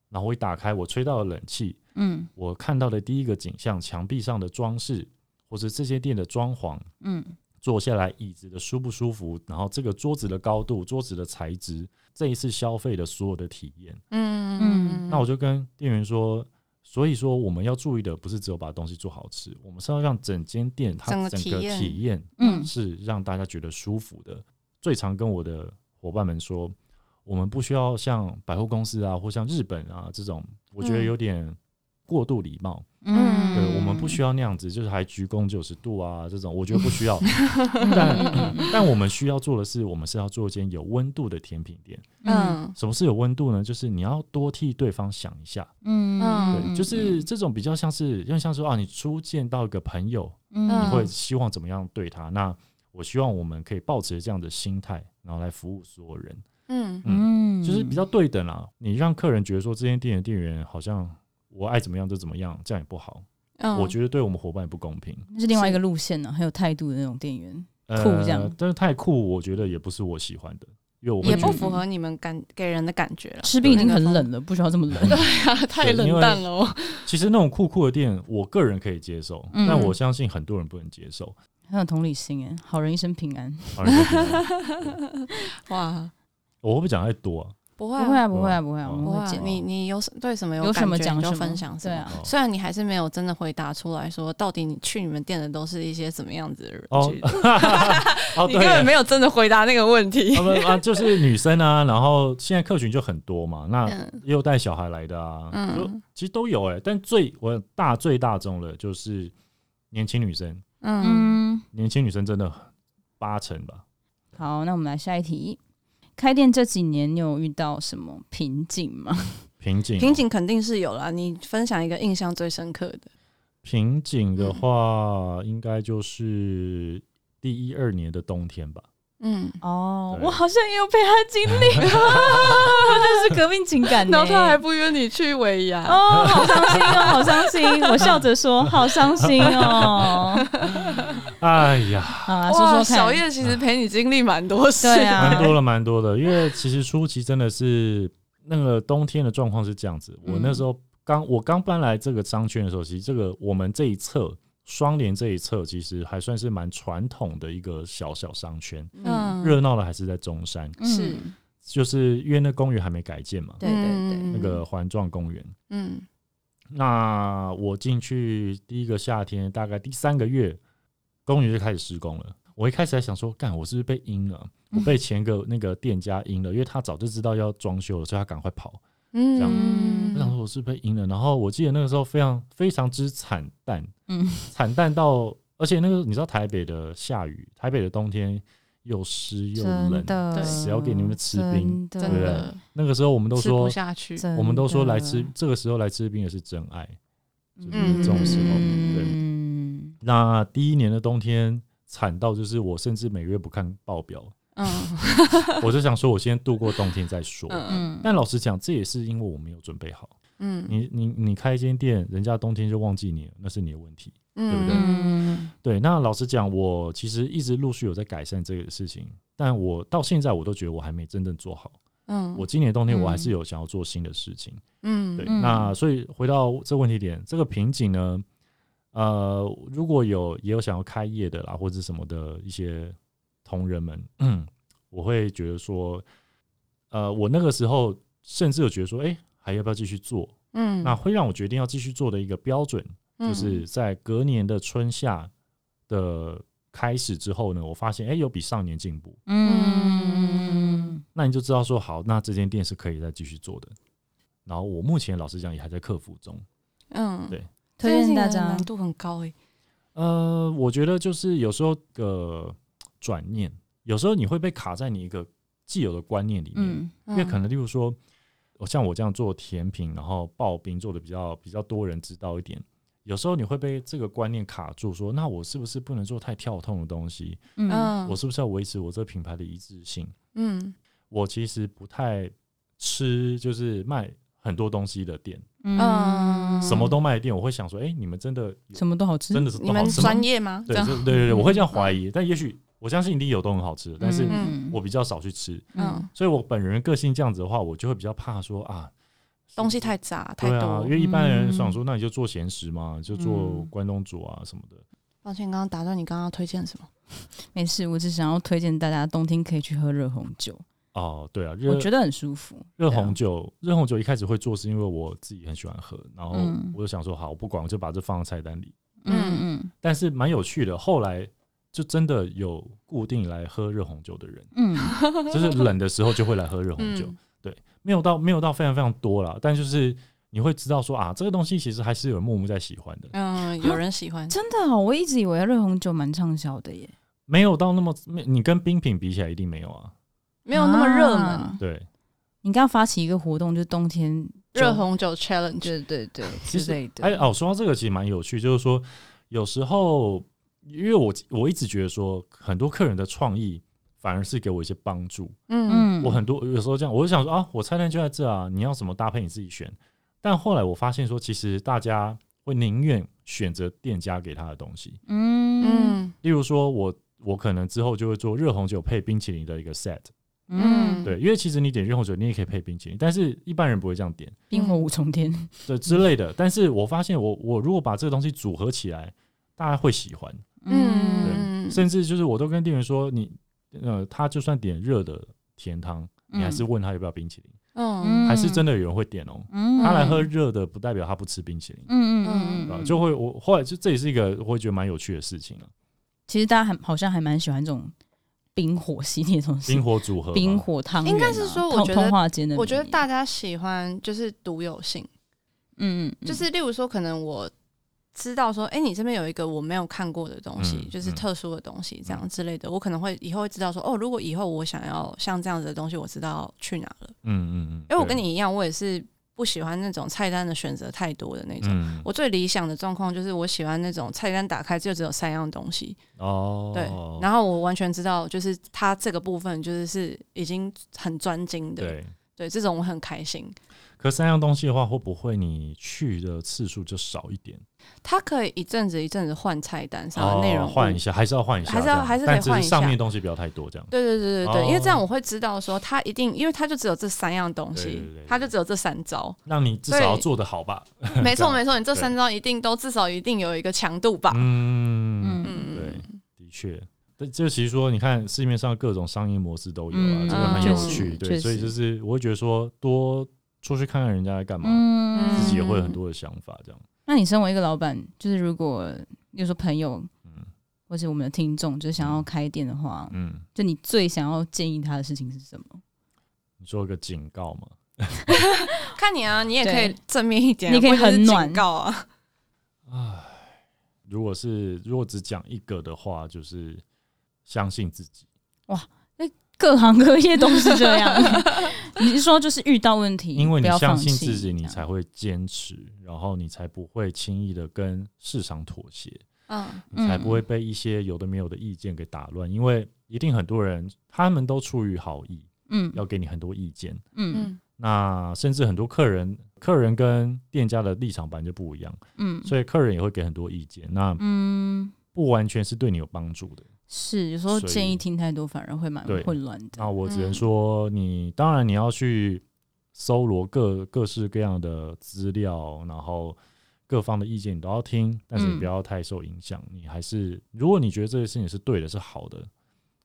[SPEAKER 1] 然后我一打开，我吹到了冷气，
[SPEAKER 3] 嗯
[SPEAKER 1] 我看到的第一个景象，墙壁上的装饰，或是这些店的装潢，
[SPEAKER 3] 嗯
[SPEAKER 1] 坐下来椅子的舒不舒服，然后这个桌子的高度、桌子的材质，这一次消费的所有的体验。
[SPEAKER 4] 嗯
[SPEAKER 3] 嗯
[SPEAKER 1] 那我就跟店员说，所以说我们要注意的不是只有把东西做好吃，我们是要让整间店它
[SPEAKER 4] 整个
[SPEAKER 1] 整
[SPEAKER 4] 体
[SPEAKER 1] 个
[SPEAKER 4] 验
[SPEAKER 1] 体验
[SPEAKER 3] 嗯
[SPEAKER 1] 是让大家觉得舒服的。最常跟我的伙伴们说，我们不需要像百货公司啊，或像日本啊这种，我觉得
[SPEAKER 4] 嗯
[SPEAKER 1] 有点过度礼貌。
[SPEAKER 3] 嗯，
[SPEAKER 1] 对，我们不需要那样子，就是还鞠躬九十度啊这种，我觉得不需 要。但但我们需要做的是，我们是要做一间有温度的甜品店。
[SPEAKER 4] 嗯
[SPEAKER 1] 什么是有温度呢？就是你要多替对方想一下。
[SPEAKER 3] 嗯
[SPEAKER 1] 对，就是这种比较像是，因为像说啊，你初见到一个朋友，你
[SPEAKER 4] 嗯
[SPEAKER 1] 会希望怎么样对他？那我希望我们可以抱持这样的心态，然后来服务所有人，
[SPEAKER 4] 嗯
[SPEAKER 3] 嗯，
[SPEAKER 1] 就是比较对等啦。你让客人觉得说这间店的店员好像我爱怎么样就怎么样，这样也不好，
[SPEAKER 4] 嗯，
[SPEAKER 1] 我觉得对我们伙伴也不公平。
[SPEAKER 3] 那是另外一个路线呢，很有态度的那种店员。
[SPEAKER 1] 呃
[SPEAKER 3] 酷这样
[SPEAKER 1] 但是太酷，我觉得也不是我喜欢的，因为我会
[SPEAKER 4] 也
[SPEAKER 1] 觉
[SPEAKER 4] 不
[SPEAKER 1] 得
[SPEAKER 4] 符合你们感给人的感觉了，
[SPEAKER 3] 吃冰已经很冷了，不需要这么冷。
[SPEAKER 4] 啊， 太
[SPEAKER 1] 对因
[SPEAKER 4] 冷
[SPEAKER 1] 为
[SPEAKER 4] 淡了哦，
[SPEAKER 1] 其实那种酷酷的店，我个人可以接受，
[SPEAKER 3] 嗯
[SPEAKER 1] 但我相信很多人不能接受。
[SPEAKER 3] 很有同理心哎，好人一生平安。
[SPEAKER 1] 好你说怎么样
[SPEAKER 4] 哇，
[SPEAKER 1] 我会不会讲太多啊？
[SPEAKER 4] 不会
[SPEAKER 3] 不会
[SPEAKER 4] 啊，
[SPEAKER 3] 啊，不会啊，不会啊，
[SPEAKER 1] 哦
[SPEAKER 3] 我
[SPEAKER 4] 不
[SPEAKER 3] 们
[SPEAKER 4] 会
[SPEAKER 3] 会
[SPEAKER 4] 啊
[SPEAKER 3] 讲，
[SPEAKER 4] 你你有什对什么
[SPEAKER 3] 有什
[SPEAKER 4] 感
[SPEAKER 3] 么
[SPEAKER 4] 觉
[SPEAKER 3] 讲
[SPEAKER 4] 你就
[SPEAKER 3] 什么
[SPEAKER 4] 分享什
[SPEAKER 3] 对
[SPEAKER 4] 么。
[SPEAKER 3] 啊，
[SPEAKER 1] 哦
[SPEAKER 4] 虽然你还是没有真的回答出来说，到底你去你们店的都是一些怎么样子的人，
[SPEAKER 1] 哦
[SPEAKER 4] 去
[SPEAKER 1] 哦，
[SPEAKER 4] 你根本
[SPEAKER 1] 对。
[SPEAKER 4] 没有真的回答那个问题
[SPEAKER 1] 啊。不啊，就是女生啊，然后现在客群就很多嘛，那
[SPEAKER 4] 嗯
[SPEAKER 1] 也有带小孩来的啊，
[SPEAKER 4] 嗯
[SPEAKER 1] 就其实都有哎、但最我大最大众的就是年轻女生，
[SPEAKER 4] 嗯，
[SPEAKER 3] 嗯，
[SPEAKER 1] 年轻女生真的八成吧，
[SPEAKER 3] 好，那我们来下一题。嗯开店这几年，你有遇到什么瓶颈吗？
[SPEAKER 1] 瓶颈哦、
[SPEAKER 4] 瓶颈肯定是有啦。你分享一个印象最深刻的，
[SPEAKER 1] 瓶颈
[SPEAKER 4] 嗯
[SPEAKER 1] 的话，应该就是第一二年的冬天吧。
[SPEAKER 4] 嗯，
[SPEAKER 3] 哦，
[SPEAKER 1] 对
[SPEAKER 3] 我好像也有被他经历， 我真是革命情感呢。
[SPEAKER 4] 然后他还不约你去尾牙，
[SPEAKER 3] 哦，好伤心 哦，好伤心！我笑着 说，好伤心哦。
[SPEAKER 1] 哎呀，
[SPEAKER 3] 好啦，
[SPEAKER 4] 哇，
[SPEAKER 3] 说说看，
[SPEAKER 4] 小叶其实陪你经历蛮多事，
[SPEAKER 3] 对啊
[SPEAKER 1] 蛮多了，蛮多的。因为其实初期真的是那个冬天的状况是这样子。我那时
[SPEAKER 3] 嗯
[SPEAKER 1] 候刚我刚搬来这个商圈的时候，其实这个我们这一侧双联这一侧，其实还算是蛮传统的一个小小商圈，
[SPEAKER 3] 嗯，
[SPEAKER 1] 热闹的还是在中山，
[SPEAKER 3] 嗯
[SPEAKER 4] 是
[SPEAKER 1] 就是因为那公园还没改建嘛，
[SPEAKER 3] 对对对，
[SPEAKER 1] 那个环状公园。
[SPEAKER 4] 嗯
[SPEAKER 1] 那我进去第一个夏天，大概第三个月，公园就开始施工了。我一开始还想说，干，我是不是被阴了？我
[SPEAKER 4] 嗯
[SPEAKER 1] 被前个那个店家阴了，因为他早就知道要装修了，所以他赶快跑。
[SPEAKER 4] 嗯
[SPEAKER 1] 这样
[SPEAKER 4] 嗯
[SPEAKER 1] 我想说，我是不是被阴了。然后我记得那个时候非常非常之惨淡，
[SPEAKER 3] 嗯，
[SPEAKER 1] 惨淡到，而且那个你知道台北的下雨，台北的冬天又湿又冷
[SPEAKER 3] 真，的，
[SPEAKER 4] 对
[SPEAKER 1] 谁要给你们吃冰
[SPEAKER 4] 嗯真
[SPEAKER 3] 真
[SPEAKER 1] 对不
[SPEAKER 3] 的，
[SPEAKER 1] 对
[SPEAKER 4] 的
[SPEAKER 1] 那个时候我们都
[SPEAKER 4] 吃不
[SPEAKER 1] 说，
[SPEAKER 4] 下去，
[SPEAKER 3] 真的
[SPEAKER 1] 我们都说来吃，这个时候来吃冰的是真爱。
[SPEAKER 4] 嗯这种时候
[SPEAKER 1] 对
[SPEAKER 3] 嗯
[SPEAKER 1] 那第一年的冬天惨到，就是我甚至每月不看报表，
[SPEAKER 4] 嗯
[SPEAKER 1] 我就想说，我先度过冬天再说。
[SPEAKER 4] 嗯
[SPEAKER 3] 嗯，
[SPEAKER 1] 但老实讲，这也是因为我没有准备好。
[SPEAKER 4] 嗯
[SPEAKER 1] 你你你开一间店，人家冬天就忘记你了，那是你的问题。对不对
[SPEAKER 3] 嗯
[SPEAKER 1] 对，那老实讲，我其实一直陆续有在改善这个事情，但我到现在我都觉得我还没真正做好。
[SPEAKER 4] 嗯
[SPEAKER 1] 我今年冬天我还是
[SPEAKER 3] 嗯
[SPEAKER 1] 有想要做新的事情。
[SPEAKER 4] 嗯
[SPEAKER 1] 对，
[SPEAKER 3] 嗯
[SPEAKER 1] 那所以回到这问题点，这个瓶颈呢，呃，如果有也有想要开业的啦，或者什么的一些同仁们， 我会觉得说，呃，我那个时候甚至有觉得说，哎、还要不要继续做？
[SPEAKER 4] 嗯
[SPEAKER 1] 那会让我决定要继续做的一个标准，就是在隔年的春夏的开始之后呢，我发现，哎、有比上年进步，
[SPEAKER 3] 嗯
[SPEAKER 1] 那你就知道说，好，那这间店是可以再继续做的。然后我目前老实讲也还在克服中。
[SPEAKER 4] 嗯
[SPEAKER 1] 对
[SPEAKER 4] 这
[SPEAKER 3] 推
[SPEAKER 4] 件事
[SPEAKER 3] 荐
[SPEAKER 4] 情
[SPEAKER 3] 大
[SPEAKER 4] 的
[SPEAKER 3] 家
[SPEAKER 4] 难，度很高欸诶，
[SPEAKER 1] 呃，我觉得就是有时候呃转念，有时候你会被卡在你一个既有的观念里面，
[SPEAKER 3] 嗯
[SPEAKER 1] 因为可能例如说，我像我这样做甜品，然后刨冰做的比较比较多人知道一点，有时候你会被这个观念卡住说那我是不是不能做太跳痛的东西？
[SPEAKER 3] 嗯
[SPEAKER 1] 我是不是要维持我这个品牌的一致性？
[SPEAKER 4] 嗯
[SPEAKER 1] 我其实不太吃就是卖很多东西的店，
[SPEAKER 3] 嗯，
[SPEAKER 1] 什么都卖的店，我会想说，哎、你们真的有
[SPEAKER 3] 什么都好吃，
[SPEAKER 1] 真的是
[SPEAKER 4] 你
[SPEAKER 1] 都好
[SPEAKER 4] 们
[SPEAKER 1] 吃吗
[SPEAKER 4] 专业吗？
[SPEAKER 1] 对，
[SPEAKER 4] 这
[SPEAKER 1] 就
[SPEAKER 4] 样
[SPEAKER 1] 对对对，我会这样怀疑，但也许我相信一定有都很好吃的，但是
[SPEAKER 3] 嗯
[SPEAKER 1] 我比较少去吃，
[SPEAKER 4] 嗯，
[SPEAKER 1] 所以我本人个性这样子的话，我就会比较怕说啊，
[SPEAKER 4] 东西太杂太
[SPEAKER 1] 对啊，
[SPEAKER 4] 多
[SPEAKER 1] 因。为一般人
[SPEAKER 3] 嗯
[SPEAKER 1] 想说，那你就做咸食嘛，就做
[SPEAKER 3] 嗯
[SPEAKER 1] 关东煮啊什么的。
[SPEAKER 4] 抱歉，刚刚打断你，刚刚要推荐什么？
[SPEAKER 3] 没事，我只想要推荐大家冬天可以去喝热红酒，
[SPEAKER 1] 哦，对啊，热
[SPEAKER 3] 我觉得很舒服。
[SPEAKER 1] 热
[SPEAKER 3] 对啊
[SPEAKER 1] 红酒，热红酒一开始会做是因为我自己很喜欢喝，然后
[SPEAKER 3] 嗯
[SPEAKER 1] 我就想说，好，我不管，我就把这放在菜单里。
[SPEAKER 3] 嗯嗯
[SPEAKER 1] 但是蛮有趣的，后来就真的有固定来喝热红酒的人，
[SPEAKER 3] 嗯
[SPEAKER 1] 就是冷的时候就会来喝热
[SPEAKER 4] 嗯
[SPEAKER 1] 红酒。没有到没有到非常非常多啦，但就是你会知道说啊，这个东西其实还是有木木在喜欢的，
[SPEAKER 4] 嗯，有人喜欢，
[SPEAKER 3] 真的哦，我一直以为热红酒蛮畅销的耶，
[SPEAKER 1] 没有到那么没你跟冰品比起来一定没有啊，
[SPEAKER 4] 没有那么热
[SPEAKER 3] 啊
[SPEAKER 4] 门。
[SPEAKER 1] 对，
[SPEAKER 3] 你刚刚发起一个活动，就是冬天
[SPEAKER 4] 热，红酒 challenge，
[SPEAKER 3] 对对对之
[SPEAKER 1] 其实
[SPEAKER 3] 类的。
[SPEAKER 1] 哎哦，说到这个其实蛮有趣，就是说有时候因为我我一直觉得说很多客人的创意。反而是给我一些帮助。
[SPEAKER 4] 嗯
[SPEAKER 3] 嗯
[SPEAKER 1] 我很多有时候这样，我就想说啊，我菜单就在这啊，你要什么搭配你自己选。但后来我发现说，其实大家会宁愿选择店家给他的东西。
[SPEAKER 3] 嗯
[SPEAKER 4] 嗯
[SPEAKER 1] 例如说我我可能之后就会做热红酒配冰淇淋的一个 set，
[SPEAKER 3] 嗯，
[SPEAKER 1] 对，因为其实你点热红酒，你也可以配冰淇淋，但是一般人不会这样点，
[SPEAKER 3] 冰火五重天，
[SPEAKER 1] 对之类
[SPEAKER 4] 嗯
[SPEAKER 1] 的。但是我发现我，我如果把这个东西组合起来，大家会喜欢，
[SPEAKER 3] 嗯，
[SPEAKER 4] 嗯
[SPEAKER 1] 甚至就是我都跟店员说，你呃，他就算点热的甜汤，你还是问他要不要冰淇淋，
[SPEAKER 4] 嗯
[SPEAKER 3] 嗯
[SPEAKER 1] 还是真的有人会点哦。
[SPEAKER 3] 嗯
[SPEAKER 1] 他来喝热的，不代表他不吃冰淇淋，
[SPEAKER 3] 嗯嗯嗯
[SPEAKER 1] 对吧
[SPEAKER 3] 嗯，
[SPEAKER 1] 就会我后来就这也是一个我会觉得蛮有趣的事情啊，
[SPEAKER 3] 其实大家还好像还蛮喜欢这种冰火系列的东西
[SPEAKER 1] 冰，火组合嘛，
[SPEAKER 3] 冰火汤圆啊
[SPEAKER 4] 应该是说我
[SPEAKER 3] 通
[SPEAKER 4] 觉得
[SPEAKER 3] 通话间的，
[SPEAKER 4] 我觉得大家喜欢就是独有性，
[SPEAKER 3] 嗯嗯嗯
[SPEAKER 4] 就是例如说，可能我知道说，哎、你这边有一个我没有看过的东西，
[SPEAKER 1] 嗯
[SPEAKER 4] 就是
[SPEAKER 1] 嗯
[SPEAKER 4] 特殊的东西这样之类的，我可能会以后会知道说，哦，如果以后我想要像这样子的东西，我知道去哪了。
[SPEAKER 1] 嗯嗯嗯，
[SPEAKER 4] 因为我跟
[SPEAKER 1] 对，
[SPEAKER 4] 你一样，我也是不喜欢那种菜单的选择太多的那种。
[SPEAKER 1] 嗯，
[SPEAKER 4] 我最理想的状况就是，我喜欢那种菜单打开就只有三样东西，
[SPEAKER 1] 哦，
[SPEAKER 4] 对，然后我完全知道，就是它这个部分就是是已经很专精的，
[SPEAKER 1] 对。
[SPEAKER 4] 对，这种我很开心。
[SPEAKER 1] 可三样东西的话，会不会你去的次数就少一点？
[SPEAKER 4] 它可以一阵子一阵子换菜单上
[SPEAKER 1] 哦
[SPEAKER 4] 的内容物，
[SPEAKER 1] 换一下，还是要换一下这样，
[SPEAKER 4] 还是要还是得
[SPEAKER 1] 但只
[SPEAKER 4] 换一下
[SPEAKER 1] 上面东西不要太多这样。
[SPEAKER 4] 对对对对对，
[SPEAKER 1] 哦
[SPEAKER 4] 因为这样我会知道说他一定，因为他就只有这三样东
[SPEAKER 1] 对对
[SPEAKER 4] 西
[SPEAKER 1] 对对，。
[SPEAKER 4] 他就只有这三招
[SPEAKER 1] 让你至少要
[SPEAKER 4] 对
[SPEAKER 1] 做得好吧？
[SPEAKER 4] 没
[SPEAKER 1] 这样
[SPEAKER 4] 错没错，你这三招一定都至少一定有一个强度吧？
[SPEAKER 1] 嗯，
[SPEAKER 3] 嗯
[SPEAKER 4] 嗯，
[SPEAKER 1] 对，的确。但就其实说，你看市面上各种商业模式都有啊，
[SPEAKER 3] 嗯
[SPEAKER 1] 这个很有趣。
[SPEAKER 3] 嗯
[SPEAKER 1] 对，
[SPEAKER 3] 确实
[SPEAKER 1] 所以就是我会觉得说，多出去看看人家在干嘛，
[SPEAKER 3] 嗯
[SPEAKER 1] 自己也会有很多的想法。这样，
[SPEAKER 3] 那你身为一个老板，就是如果比如说朋友
[SPEAKER 1] 嗯
[SPEAKER 3] 或者我们的听众，就是想要开店的话，
[SPEAKER 1] 嗯，
[SPEAKER 3] 就你最想要建议他的事情是什么？
[SPEAKER 1] 你做一个警告嘛？
[SPEAKER 4] 看你啊，你也可以
[SPEAKER 3] 对
[SPEAKER 4] 正面一点啊，
[SPEAKER 3] 你可以
[SPEAKER 4] 或者是
[SPEAKER 3] 很暖
[SPEAKER 4] 警告啊。
[SPEAKER 1] 如果是如果只讲一个的话，就是相信自己。
[SPEAKER 3] 各行各业都是 这样。你是说就是遇到问题，
[SPEAKER 1] 因为你
[SPEAKER 3] 不要
[SPEAKER 1] 相
[SPEAKER 3] 放
[SPEAKER 1] 信
[SPEAKER 3] 弃
[SPEAKER 1] 自己，你
[SPEAKER 3] 这样
[SPEAKER 1] 才会坚持，然后你才不会轻易的跟市场妥协，
[SPEAKER 4] 嗯
[SPEAKER 1] 你才不会
[SPEAKER 3] 嗯
[SPEAKER 1] 被一些有的没有的意见给打乱。因为一定很多人他们都出于好意，
[SPEAKER 3] 嗯
[SPEAKER 1] 要给你很多意见。
[SPEAKER 3] 嗯
[SPEAKER 4] 嗯
[SPEAKER 1] 那甚至很多客人，客人跟店家的立场本来就不一样，
[SPEAKER 3] 嗯
[SPEAKER 1] 所以客人也会给很多意见，那
[SPEAKER 3] 嗯，
[SPEAKER 1] 不完全是对你有帮助的。
[SPEAKER 3] 是有时候
[SPEAKER 1] 所以
[SPEAKER 3] 建议听太多反而会蛮
[SPEAKER 1] 对
[SPEAKER 3] 混乱的。
[SPEAKER 1] 那我只能
[SPEAKER 4] 嗯
[SPEAKER 1] 说你，当然你要去搜罗各各式各样的资料，然后各方的意见你都要听，但是你
[SPEAKER 3] 嗯
[SPEAKER 1] 不要太受影响。你还是，如果你觉得这个事情是对的，是好的，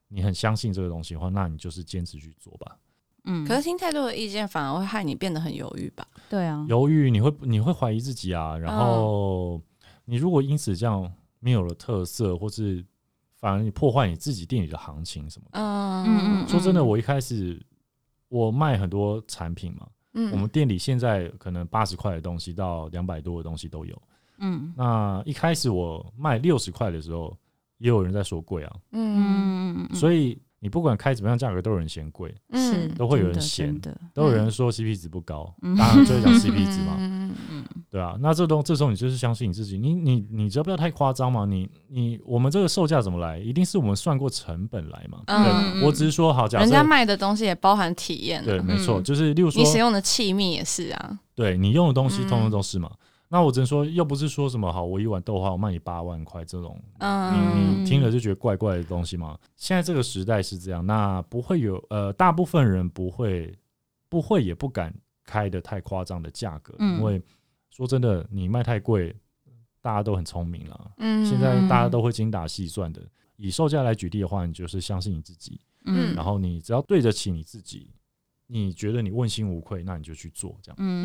[SPEAKER 1] 你很相信这个东西的话，那你就是坚持去做吧。
[SPEAKER 3] 嗯，
[SPEAKER 4] 可是听太多的意见反而会害你变得很犹豫吧？
[SPEAKER 3] 对啊，
[SPEAKER 1] 犹豫，你会你会怀疑自己啊，
[SPEAKER 3] 嗯
[SPEAKER 1] 然后你如果因此这样没有了特色，或是反而你破坏你自己店里的行情什么的。
[SPEAKER 4] 嗯
[SPEAKER 3] 嗯嗯
[SPEAKER 1] 说真的，我一开始我卖很多产品嘛，
[SPEAKER 4] 嗯
[SPEAKER 1] 我们店里现在可能八十块的东西到两百多的东西都有。
[SPEAKER 3] 嗯
[SPEAKER 1] 那一开始我卖六十块的时候，也有人在说贵啊，
[SPEAKER 4] 嗯
[SPEAKER 3] 嗯嗯，
[SPEAKER 1] 所以你不管开怎么样价格，都有人嫌贵，
[SPEAKER 3] 以是
[SPEAKER 1] 都会有
[SPEAKER 3] 嗯真的
[SPEAKER 1] 人嫌
[SPEAKER 3] 真的，
[SPEAKER 1] 都有人说 CP 值不高，
[SPEAKER 3] 嗯
[SPEAKER 1] 当然就会讲 CP 值嘛，
[SPEAKER 4] 嗯嗯
[SPEAKER 3] 嗯
[SPEAKER 1] 对啊。那这东这时候你就是相信你自己，你你你只要不要太夸张嘛，你你我们这个售价怎么来，一定是我们算过成本来嘛。
[SPEAKER 4] 嗯
[SPEAKER 1] 对，我只是说好，假
[SPEAKER 4] 人家
[SPEAKER 1] 设
[SPEAKER 4] 卖的东西也包含体验
[SPEAKER 1] 对，
[SPEAKER 4] 啊，
[SPEAKER 1] 没错，
[SPEAKER 3] 嗯
[SPEAKER 1] 就是例如说
[SPEAKER 4] 你使用的器皿也是啊。
[SPEAKER 1] 对你用的东西通通
[SPEAKER 4] 嗯
[SPEAKER 1] 都是嘛。那我只能说，又不是说什么好，我一碗豆花我卖你八万块这种，你
[SPEAKER 4] 嗯
[SPEAKER 1] 你听了就觉得怪怪的东西嘛。现在这个时代是这样，那不会有呃，大部分人不会不会也不敢开的太夸张的价格，
[SPEAKER 3] 嗯
[SPEAKER 1] 因为说真的，你卖太贵，大家都很聪明了，
[SPEAKER 4] 嗯，
[SPEAKER 1] 现在大家都会精打细算的。以售价来举例的话，你就是相信你自己，
[SPEAKER 3] 嗯
[SPEAKER 1] 然后你只要对得起你自己，你觉得你问心无愧，那你就去做这样。
[SPEAKER 3] 嗯，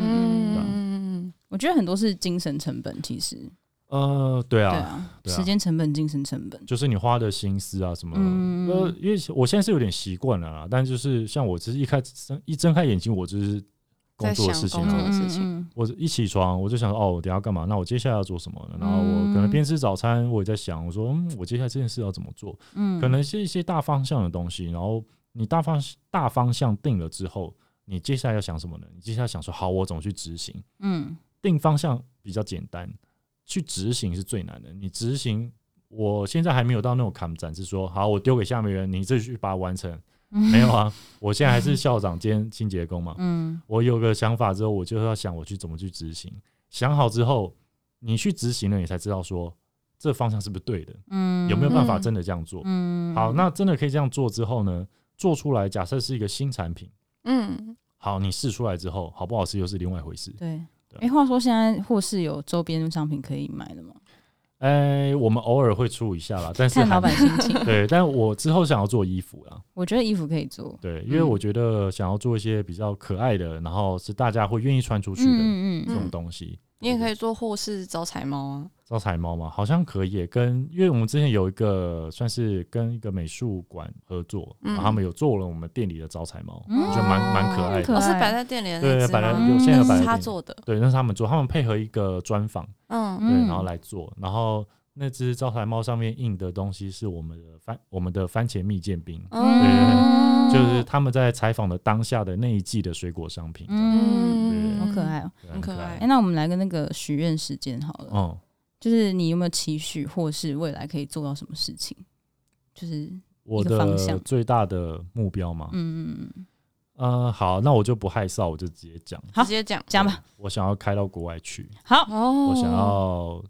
[SPEAKER 1] 啊
[SPEAKER 3] 嗯
[SPEAKER 4] 嗯，
[SPEAKER 3] 我觉得很多是精神成本，其实
[SPEAKER 1] 呃，对
[SPEAKER 3] 对
[SPEAKER 1] 啊，
[SPEAKER 3] 啊，
[SPEAKER 1] 对啊
[SPEAKER 3] 时间成本、精神成本，
[SPEAKER 1] 就是你花的心思啊什么，
[SPEAKER 3] 嗯
[SPEAKER 1] 呃，因为我现在是有点习惯了啦，但就是像我，只是一开睁一睁开眼睛，我就是工作的事情
[SPEAKER 4] 在想工
[SPEAKER 1] 啊
[SPEAKER 4] 作。事情
[SPEAKER 3] 嗯
[SPEAKER 1] 我一起床，我就想哦，我等一下要干嘛？那我接下来要做什么？然后我可能边吃早餐，我也在想，我说，嗯，我接下来这件事要怎么做？
[SPEAKER 3] 嗯
[SPEAKER 1] 可能是一些大方向的东西。然后你大方大方向定了之后，你接下来要想什么呢？你接下来想说，好，我怎么去执行？
[SPEAKER 3] 嗯
[SPEAKER 1] 定方向比较简单，去执行是最难的。你执行，我现在还没有到那种砍展，是说好我丢给下面人，你自己去把它完 成。没有啊，我现在还是校长兼清洁工嘛。
[SPEAKER 3] 嗯
[SPEAKER 1] 我有个想法之后，我就要想我去怎么去执行。想好之后，你去执行了，你才知道说这方向是不是对的，
[SPEAKER 3] 嗯
[SPEAKER 1] 有没有办法
[SPEAKER 4] 嗯
[SPEAKER 1] 真的这样做。
[SPEAKER 3] 嗯
[SPEAKER 1] 好，那真的可以这样做之后呢，做出来假设是一个新产品，
[SPEAKER 4] 嗯，
[SPEAKER 1] 好，你试出来之后好不好吃又是另外一回事。
[SPEAKER 3] 对。
[SPEAKER 1] 对啊
[SPEAKER 3] 哎，话说现在或是有周边商品可以买的吗？
[SPEAKER 1] 哎，我们偶尔会出一下啦，但是
[SPEAKER 3] 看
[SPEAKER 1] 还
[SPEAKER 3] 老板心情。
[SPEAKER 1] 对，但我之后想要做衣服啦，
[SPEAKER 3] 我觉得衣服可以做，
[SPEAKER 1] 对，因为
[SPEAKER 3] 嗯
[SPEAKER 1] 我觉得想要做一些比较可爱的，然后是大家会愿意穿出去的
[SPEAKER 3] 嗯嗯
[SPEAKER 1] 这
[SPEAKER 3] 嗯，
[SPEAKER 1] 种东西。
[SPEAKER 4] 你也可以做护士招财猫啊，
[SPEAKER 1] 招财猫嘛，好像可以耶跟，因为我们之前有一个算是跟一个美术馆合作，
[SPEAKER 4] 嗯
[SPEAKER 1] 然后他们有做了我们店里的招财猫，
[SPEAKER 3] 嗯
[SPEAKER 1] 就蛮蛮可爱的。
[SPEAKER 3] 可
[SPEAKER 4] 我、
[SPEAKER 3] 爱
[SPEAKER 4] 哦、是摆在店里的
[SPEAKER 1] 对
[SPEAKER 4] 那只
[SPEAKER 1] 摆在
[SPEAKER 4] 吗
[SPEAKER 3] 有现在有
[SPEAKER 4] 那
[SPEAKER 1] 摆在
[SPEAKER 4] 是他
[SPEAKER 1] 店里
[SPEAKER 4] 做的，
[SPEAKER 1] 对，那是他们做，他们配合一个专访，
[SPEAKER 4] 嗯，
[SPEAKER 1] 对，然后来做，然后那只招财猫上面印的东西是我们的番我们的番茄蜜饯冰，
[SPEAKER 4] 嗯
[SPEAKER 1] 就是他们在采访的当下的那一季的水果商品，这样
[SPEAKER 3] 嗯，
[SPEAKER 1] 对
[SPEAKER 3] 好可爱哦。
[SPEAKER 1] 对
[SPEAKER 4] 很可爱
[SPEAKER 3] 哎、那我们来个那个许愿时间好了，
[SPEAKER 1] 嗯，
[SPEAKER 3] 就是你有没有期许，或是未来可以做到什么事情？就是
[SPEAKER 1] 我
[SPEAKER 3] 一个方向
[SPEAKER 1] 的最大的目标嘛，
[SPEAKER 3] 嗯，
[SPEAKER 1] 嗯、好，那我就不害臊，我就直接讲，
[SPEAKER 3] 好
[SPEAKER 4] 直接讲
[SPEAKER 3] 讲吧。
[SPEAKER 1] 我想要开到国外去，
[SPEAKER 3] 好，
[SPEAKER 4] 哦，
[SPEAKER 1] 我想要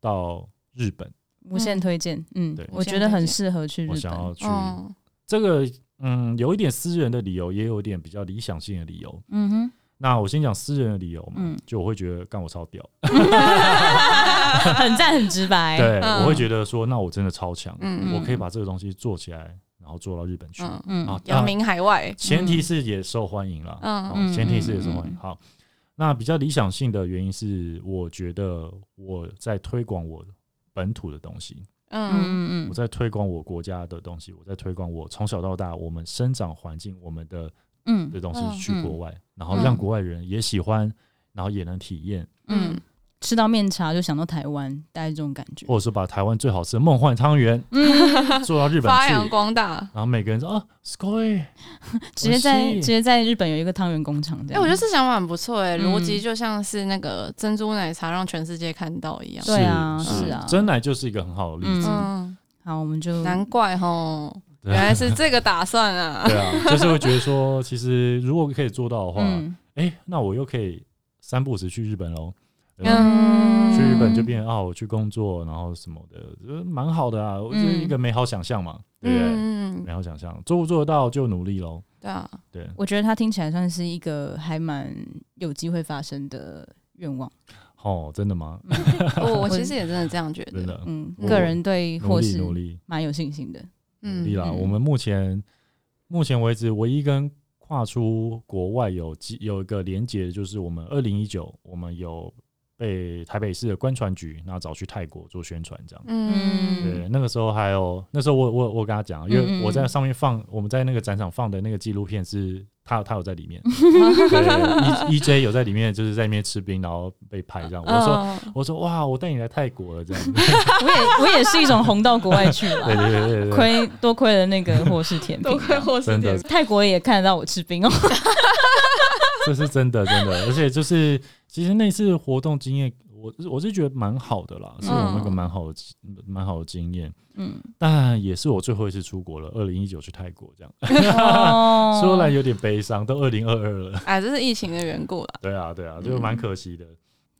[SPEAKER 1] 到日本，
[SPEAKER 3] 无限推荐，嗯
[SPEAKER 1] 对，
[SPEAKER 3] 我觉得很适合去日
[SPEAKER 1] 我
[SPEAKER 3] 本哦
[SPEAKER 1] 想，要去、
[SPEAKER 4] 嗯
[SPEAKER 1] 这个，嗯，有一点私人的理由，也有一点比较理想性的理由。
[SPEAKER 3] 嗯 哼，
[SPEAKER 1] 那我先讲私人的理由嘛，
[SPEAKER 3] 嗯
[SPEAKER 1] 就我会觉得干我超屌，
[SPEAKER 3] 很赞，很直 白，
[SPEAKER 1] 对、
[SPEAKER 4] 嗯
[SPEAKER 1] 我会觉得说，那我真的超强，
[SPEAKER 4] 嗯
[SPEAKER 1] 我可以把这个东西做起来，然后做到日本去。
[SPEAKER 4] 嗯，
[SPEAKER 3] 嗯，
[SPEAKER 1] 啊，当
[SPEAKER 4] 扬
[SPEAKER 1] 然
[SPEAKER 4] 名海外，
[SPEAKER 1] 前提是也受欢迎啦，
[SPEAKER 4] 嗯
[SPEAKER 1] 哦前提是也受欢
[SPEAKER 3] 嗯嗯嗯
[SPEAKER 1] 迎。
[SPEAKER 3] 嗯
[SPEAKER 1] 好，那比较理想性的原因是，我觉得我在推广我本土的东西，
[SPEAKER 4] 嗯
[SPEAKER 3] 嗯嗯
[SPEAKER 1] 我
[SPEAKER 3] 嗯
[SPEAKER 1] 在推广我国家的东西，我在推广我从小到大我们生长环境我们的
[SPEAKER 3] 嗯
[SPEAKER 1] 的东
[SPEAKER 4] 嗯
[SPEAKER 1] 西去国外，然后
[SPEAKER 4] 嗯
[SPEAKER 1] 让国外人也喜欢，然后也能体验，
[SPEAKER 3] 嗯，吃到面茶就想到台湾，大概这种感觉，
[SPEAKER 1] 或者是把台湾最好吃的梦幻汤圆做到日本
[SPEAKER 4] 嗯发
[SPEAKER 1] 去，
[SPEAKER 4] 扬光大。
[SPEAKER 1] 然后每个人说啊 s c o y
[SPEAKER 3] 直接在
[SPEAKER 1] 我
[SPEAKER 3] 直
[SPEAKER 1] 是
[SPEAKER 3] 接在日本有一个汤圆工厂这
[SPEAKER 4] 哎、
[SPEAKER 3] 样，
[SPEAKER 4] 我觉得这想法很不错哎、
[SPEAKER 3] 嗯
[SPEAKER 4] 逻辑就像是那个珍珠奶茶让全世界看到一样。
[SPEAKER 3] 对啊
[SPEAKER 1] 是
[SPEAKER 4] 是
[SPEAKER 3] 啊
[SPEAKER 1] 真奶就是一个很好的例子，
[SPEAKER 4] 嗯，
[SPEAKER 3] 好，我们就
[SPEAKER 4] 难怪吼，
[SPEAKER 1] 对
[SPEAKER 4] 原来是这个打算啊。
[SPEAKER 1] 对啊，就是会觉得说，其实如果可以做到的话，哎、
[SPEAKER 3] 嗯
[SPEAKER 1] 那我又可以三不五时去日本喽。对吧
[SPEAKER 4] 嗯，
[SPEAKER 1] 去日本就变成啊，我去工作，然后什么的，就是蛮好的啊，我就是一个美好想象嘛， 对不对？
[SPEAKER 4] 嗯，嗯
[SPEAKER 1] 美好想象，做不做得到就努力喽。
[SPEAKER 4] 对啊，
[SPEAKER 1] 对，
[SPEAKER 3] 我觉得它听起来算是一个还蛮有机会发生的愿望。
[SPEAKER 1] 哦，真的吗？
[SPEAKER 4] 哦我我其实也真的这样觉
[SPEAKER 1] 真
[SPEAKER 4] 得。
[SPEAKER 1] 的，
[SPEAKER 3] 嗯，
[SPEAKER 1] 我
[SPEAKER 3] 个人对
[SPEAKER 1] 努
[SPEAKER 3] 或
[SPEAKER 1] 力
[SPEAKER 3] 是
[SPEAKER 1] 努力
[SPEAKER 3] 蛮有信心的。
[SPEAKER 1] 努力
[SPEAKER 4] 嗯，
[SPEAKER 1] 啦。
[SPEAKER 3] 嗯
[SPEAKER 1] 我们目前目前为止，唯一跟跨出国外有机有一个连接的，就是我们二零一九，我们有被台北市的观船局，然后找去泰国做宣传，这样。
[SPEAKER 4] 嗯，
[SPEAKER 1] 对，那个时候还有那时候我我我跟他讲，因
[SPEAKER 3] 嗯嗯
[SPEAKER 1] 为
[SPEAKER 3] 嗯
[SPEAKER 1] 我在上面放我们在那个展场放的那个纪录片是他他有在里 面，对 E E J 有在里面，就是在那边吃冰然后被拍这样。啊我说
[SPEAKER 4] 嗯
[SPEAKER 1] 我说哇，我带你来泰国了这 样，
[SPEAKER 3] 我也我也是一种红到国外去
[SPEAKER 1] 对
[SPEAKER 3] 了，
[SPEAKER 1] 对对对对，
[SPEAKER 3] 亏多亏了那个霍氏甜品
[SPEAKER 4] 多。亏霍士
[SPEAKER 1] 真的
[SPEAKER 4] 点，
[SPEAKER 3] 泰国也看得到我吃冰哦，
[SPEAKER 1] 这是真的真的，而且就是其实那次活动经验，我我是觉得蛮好的啦，是我那个蛮好的蛮好的经验，
[SPEAKER 3] 嗯，
[SPEAKER 1] 但也是我最后一次出国了，二零一九去泰国这样，
[SPEAKER 3] 哦
[SPEAKER 1] 说来有点悲伤，都二零二二了。
[SPEAKER 4] 哎，这是疫情的缘故啦。
[SPEAKER 1] 对啊，对啊，就
[SPEAKER 3] 嗯
[SPEAKER 1] 蛮可惜的。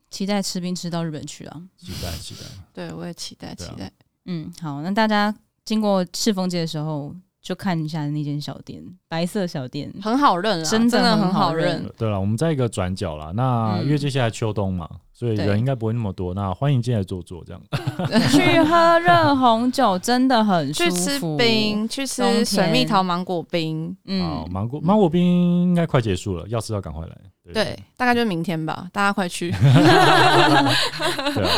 [SPEAKER 3] 期待吃冰吃到日本去啊。
[SPEAKER 1] 期待，期待。
[SPEAKER 4] 对，我也期待期
[SPEAKER 1] 对啊
[SPEAKER 4] 待。
[SPEAKER 3] 嗯，好，那大家经过赤峰街的时候，就看一下那间小店，白色 小店。
[SPEAKER 4] 很好认啊，
[SPEAKER 3] 真的
[SPEAKER 4] 真的
[SPEAKER 3] 很好
[SPEAKER 4] 好
[SPEAKER 3] 认
[SPEAKER 4] 认。
[SPEAKER 1] 呃对了，我们在一个转角啦。那
[SPEAKER 3] 嗯
[SPEAKER 1] 因为接下来秋冬嘛，所以
[SPEAKER 4] 对
[SPEAKER 1] 人应该不会那么多。那欢迎进来坐坐，这样。
[SPEAKER 3] 去喝热红酒真的很舒
[SPEAKER 4] 去
[SPEAKER 3] 服，
[SPEAKER 4] 吃，冰，去
[SPEAKER 3] 冬
[SPEAKER 4] 吃
[SPEAKER 3] 天
[SPEAKER 4] 水蜜桃芒果冰，
[SPEAKER 1] 好，
[SPEAKER 3] 嗯，
[SPEAKER 1] 芒果芒果冰应该快结束了，要吃要赶快来。
[SPEAKER 4] 对，大概就明天吧，大家快 去。
[SPEAKER 1] 对啊，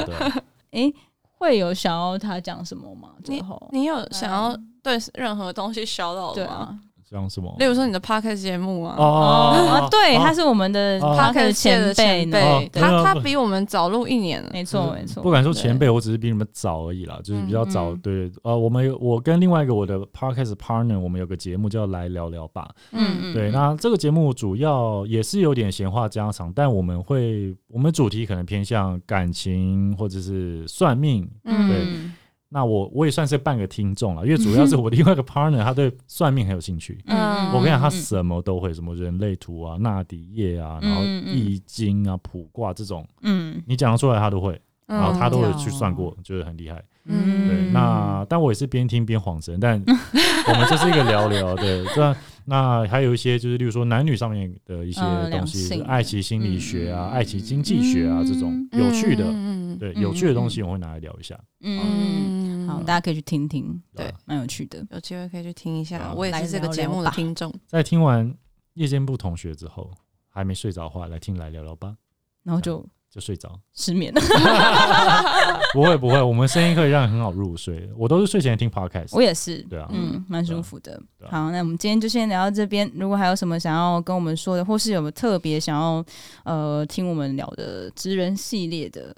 [SPEAKER 1] 对啊。
[SPEAKER 3] 诶，会有想要他讲什么吗？最后
[SPEAKER 4] 你有想要
[SPEAKER 3] 嗯
[SPEAKER 4] 对任何东西小到
[SPEAKER 3] 对
[SPEAKER 4] 的
[SPEAKER 3] 啊
[SPEAKER 4] 吗？，
[SPEAKER 1] 像什么
[SPEAKER 4] 例？如说你的 podcast 节目啊。
[SPEAKER 3] 哦，对，他是我们的
[SPEAKER 1] 哦
[SPEAKER 3] p 的
[SPEAKER 4] podcast 界
[SPEAKER 3] 前
[SPEAKER 4] 的
[SPEAKER 3] 辈
[SPEAKER 4] 前
[SPEAKER 3] 呢，
[SPEAKER 1] 哦
[SPEAKER 4] 辈，
[SPEAKER 1] 对啊
[SPEAKER 4] 他他比我们早录一年了。
[SPEAKER 3] 没
[SPEAKER 1] 就
[SPEAKER 3] 错
[SPEAKER 1] 是
[SPEAKER 3] 没错，
[SPEAKER 1] 不敢说前
[SPEAKER 3] 对，
[SPEAKER 1] 辈，我只是比你们早而已啦，就是比较早。
[SPEAKER 3] 嗯嗯
[SPEAKER 1] 对，呃，我们有我跟另外一个我的 podcast partner，我们有个节目叫《来聊聊吧》。
[SPEAKER 4] 嗯，
[SPEAKER 1] 对，那这个节目主要也是有点闲话家常，但我们会我们主题可能偏向感情或者是算命。
[SPEAKER 3] 嗯
[SPEAKER 1] 那我我也算是半个听众了，因为主要是我另外一个 partner 他对算命很有兴趣。
[SPEAKER 3] 嗯
[SPEAKER 1] 我跟你讲，他
[SPEAKER 3] 嗯
[SPEAKER 1] 什么都会，什么人类图啊、纳迪叶啊，然后
[SPEAKER 3] 嗯嗯嗯
[SPEAKER 1] 易经啊、卜卦这种，
[SPEAKER 3] 嗯，
[SPEAKER 1] 你讲得出来他都会，然后
[SPEAKER 4] 嗯
[SPEAKER 1] 他都有去算过，就是很厉害。对，
[SPEAKER 3] 嗯
[SPEAKER 1] 那但我也是边听边晃神，但我们这是一个聊聊的。那那还有一些就是，例如说男女上面的一些
[SPEAKER 3] 呃
[SPEAKER 1] 东
[SPEAKER 3] 两
[SPEAKER 1] 西，
[SPEAKER 3] 性
[SPEAKER 1] 就是爱情心理学啊、
[SPEAKER 3] 嗯
[SPEAKER 1] 爱情经济学啊这种
[SPEAKER 4] 嗯
[SPEAKER 1] 有趣的，
[SPEAKER 4] 嗯
[SPEAKER 1] 对
[SPEAKER 3] 嗯
[SPEAKER 1] 有趣的东西，我会拿来聊一下。
[SPEAKER 3] 嗯，好，大
[SPEAKER 4] 家
[SPEAKER 3] 家可以去听听，
[SPEAKER 1] 对
[SPEAKER 4] 对
[SPEAKER 3] 蛮有趣的。
[SPEAKER 4] 有机会可以去听一
[SPEAKER 1] 啊
[SPEAKER 4] 下，我也
[SPEAKER 3] 来
[SPEAKER 4] 是这个
[SPEAKER 3] 聊
[SPEAKER 4] 节
[SPEAKER 3] 聊
[SPEAKER 4] 目的
[SPEAKER 3] 吧
[SPEAKER 4] 听众。
[SPEAKER 1] 在听完夜间部同学之后，还没睡着的话，来听来聊聊吧，
[SPEAKER 3] 然后就
[SPEAKER 1] 就睡着。
[SPEAKER 3] 失眠了，
[SPEAKER 1] 不会不会，我们声音可以让你很好入睡。我都是睡前听 podcast。
[SPEAKER 3] 我也是。
[SPEAKER 1] 对啊，
[SPEAKER 3] 嗯，蛮舒服的
[SPEAKER 1] 对。啊
[SPEAKER 3] 好，那我们今天就先聊到这边。如果还有什么想要跟我们说的，或是有没有特别想要呃听我们聊的职人系列的，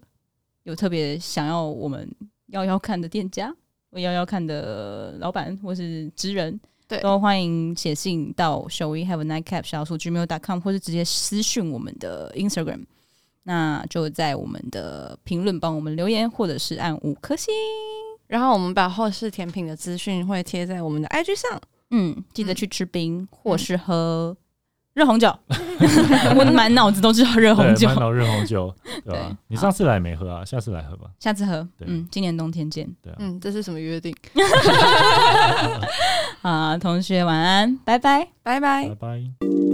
[SPEAKER 3] 有特别想要我们要要看的店家，或要要看的老板，或是职人，
[SPEAKER 4] 对
[SPEAKER 3] 都欢迎写信到 show we have a nightcap 小老鼠 gmail.com，或是直接私讯我们的 Instagram。那就在我们的评论帮我们留言，或者是按五颗星。
[SPEAKER 4] 然后我们把后世甜品的资讯会贴在我们的 IG 上，
[SPEAKER 3] 嗯，记得
[SPEAKER 4] 嗯
[SPEAKER 3] 去吃冰、或是喝热红酒。 我满脑子都是热红
[SPEAKER 1] 对，
[SPEAKER 3] 酒
[SPEAKER 1] 满，脑热红 酒，对
[SPEAKER 3] 对
[SPEAKER 1] 吧？你上次来没喝啊？下次来喝吧。
[SPEAKER 3] 下次喝。
[SPEAKER 1] 对
[SPEAKER 3] 嗯，今年冬天见
[SPEAKER 1] 对啊，
[SPEAKER 4] 嗯，这是什么约定？
[SPEAKER 3] 啊，同学晚安，拜拜。
[SPEAKER 4] 拜拜
[SPEAKER 1] 拜。拜。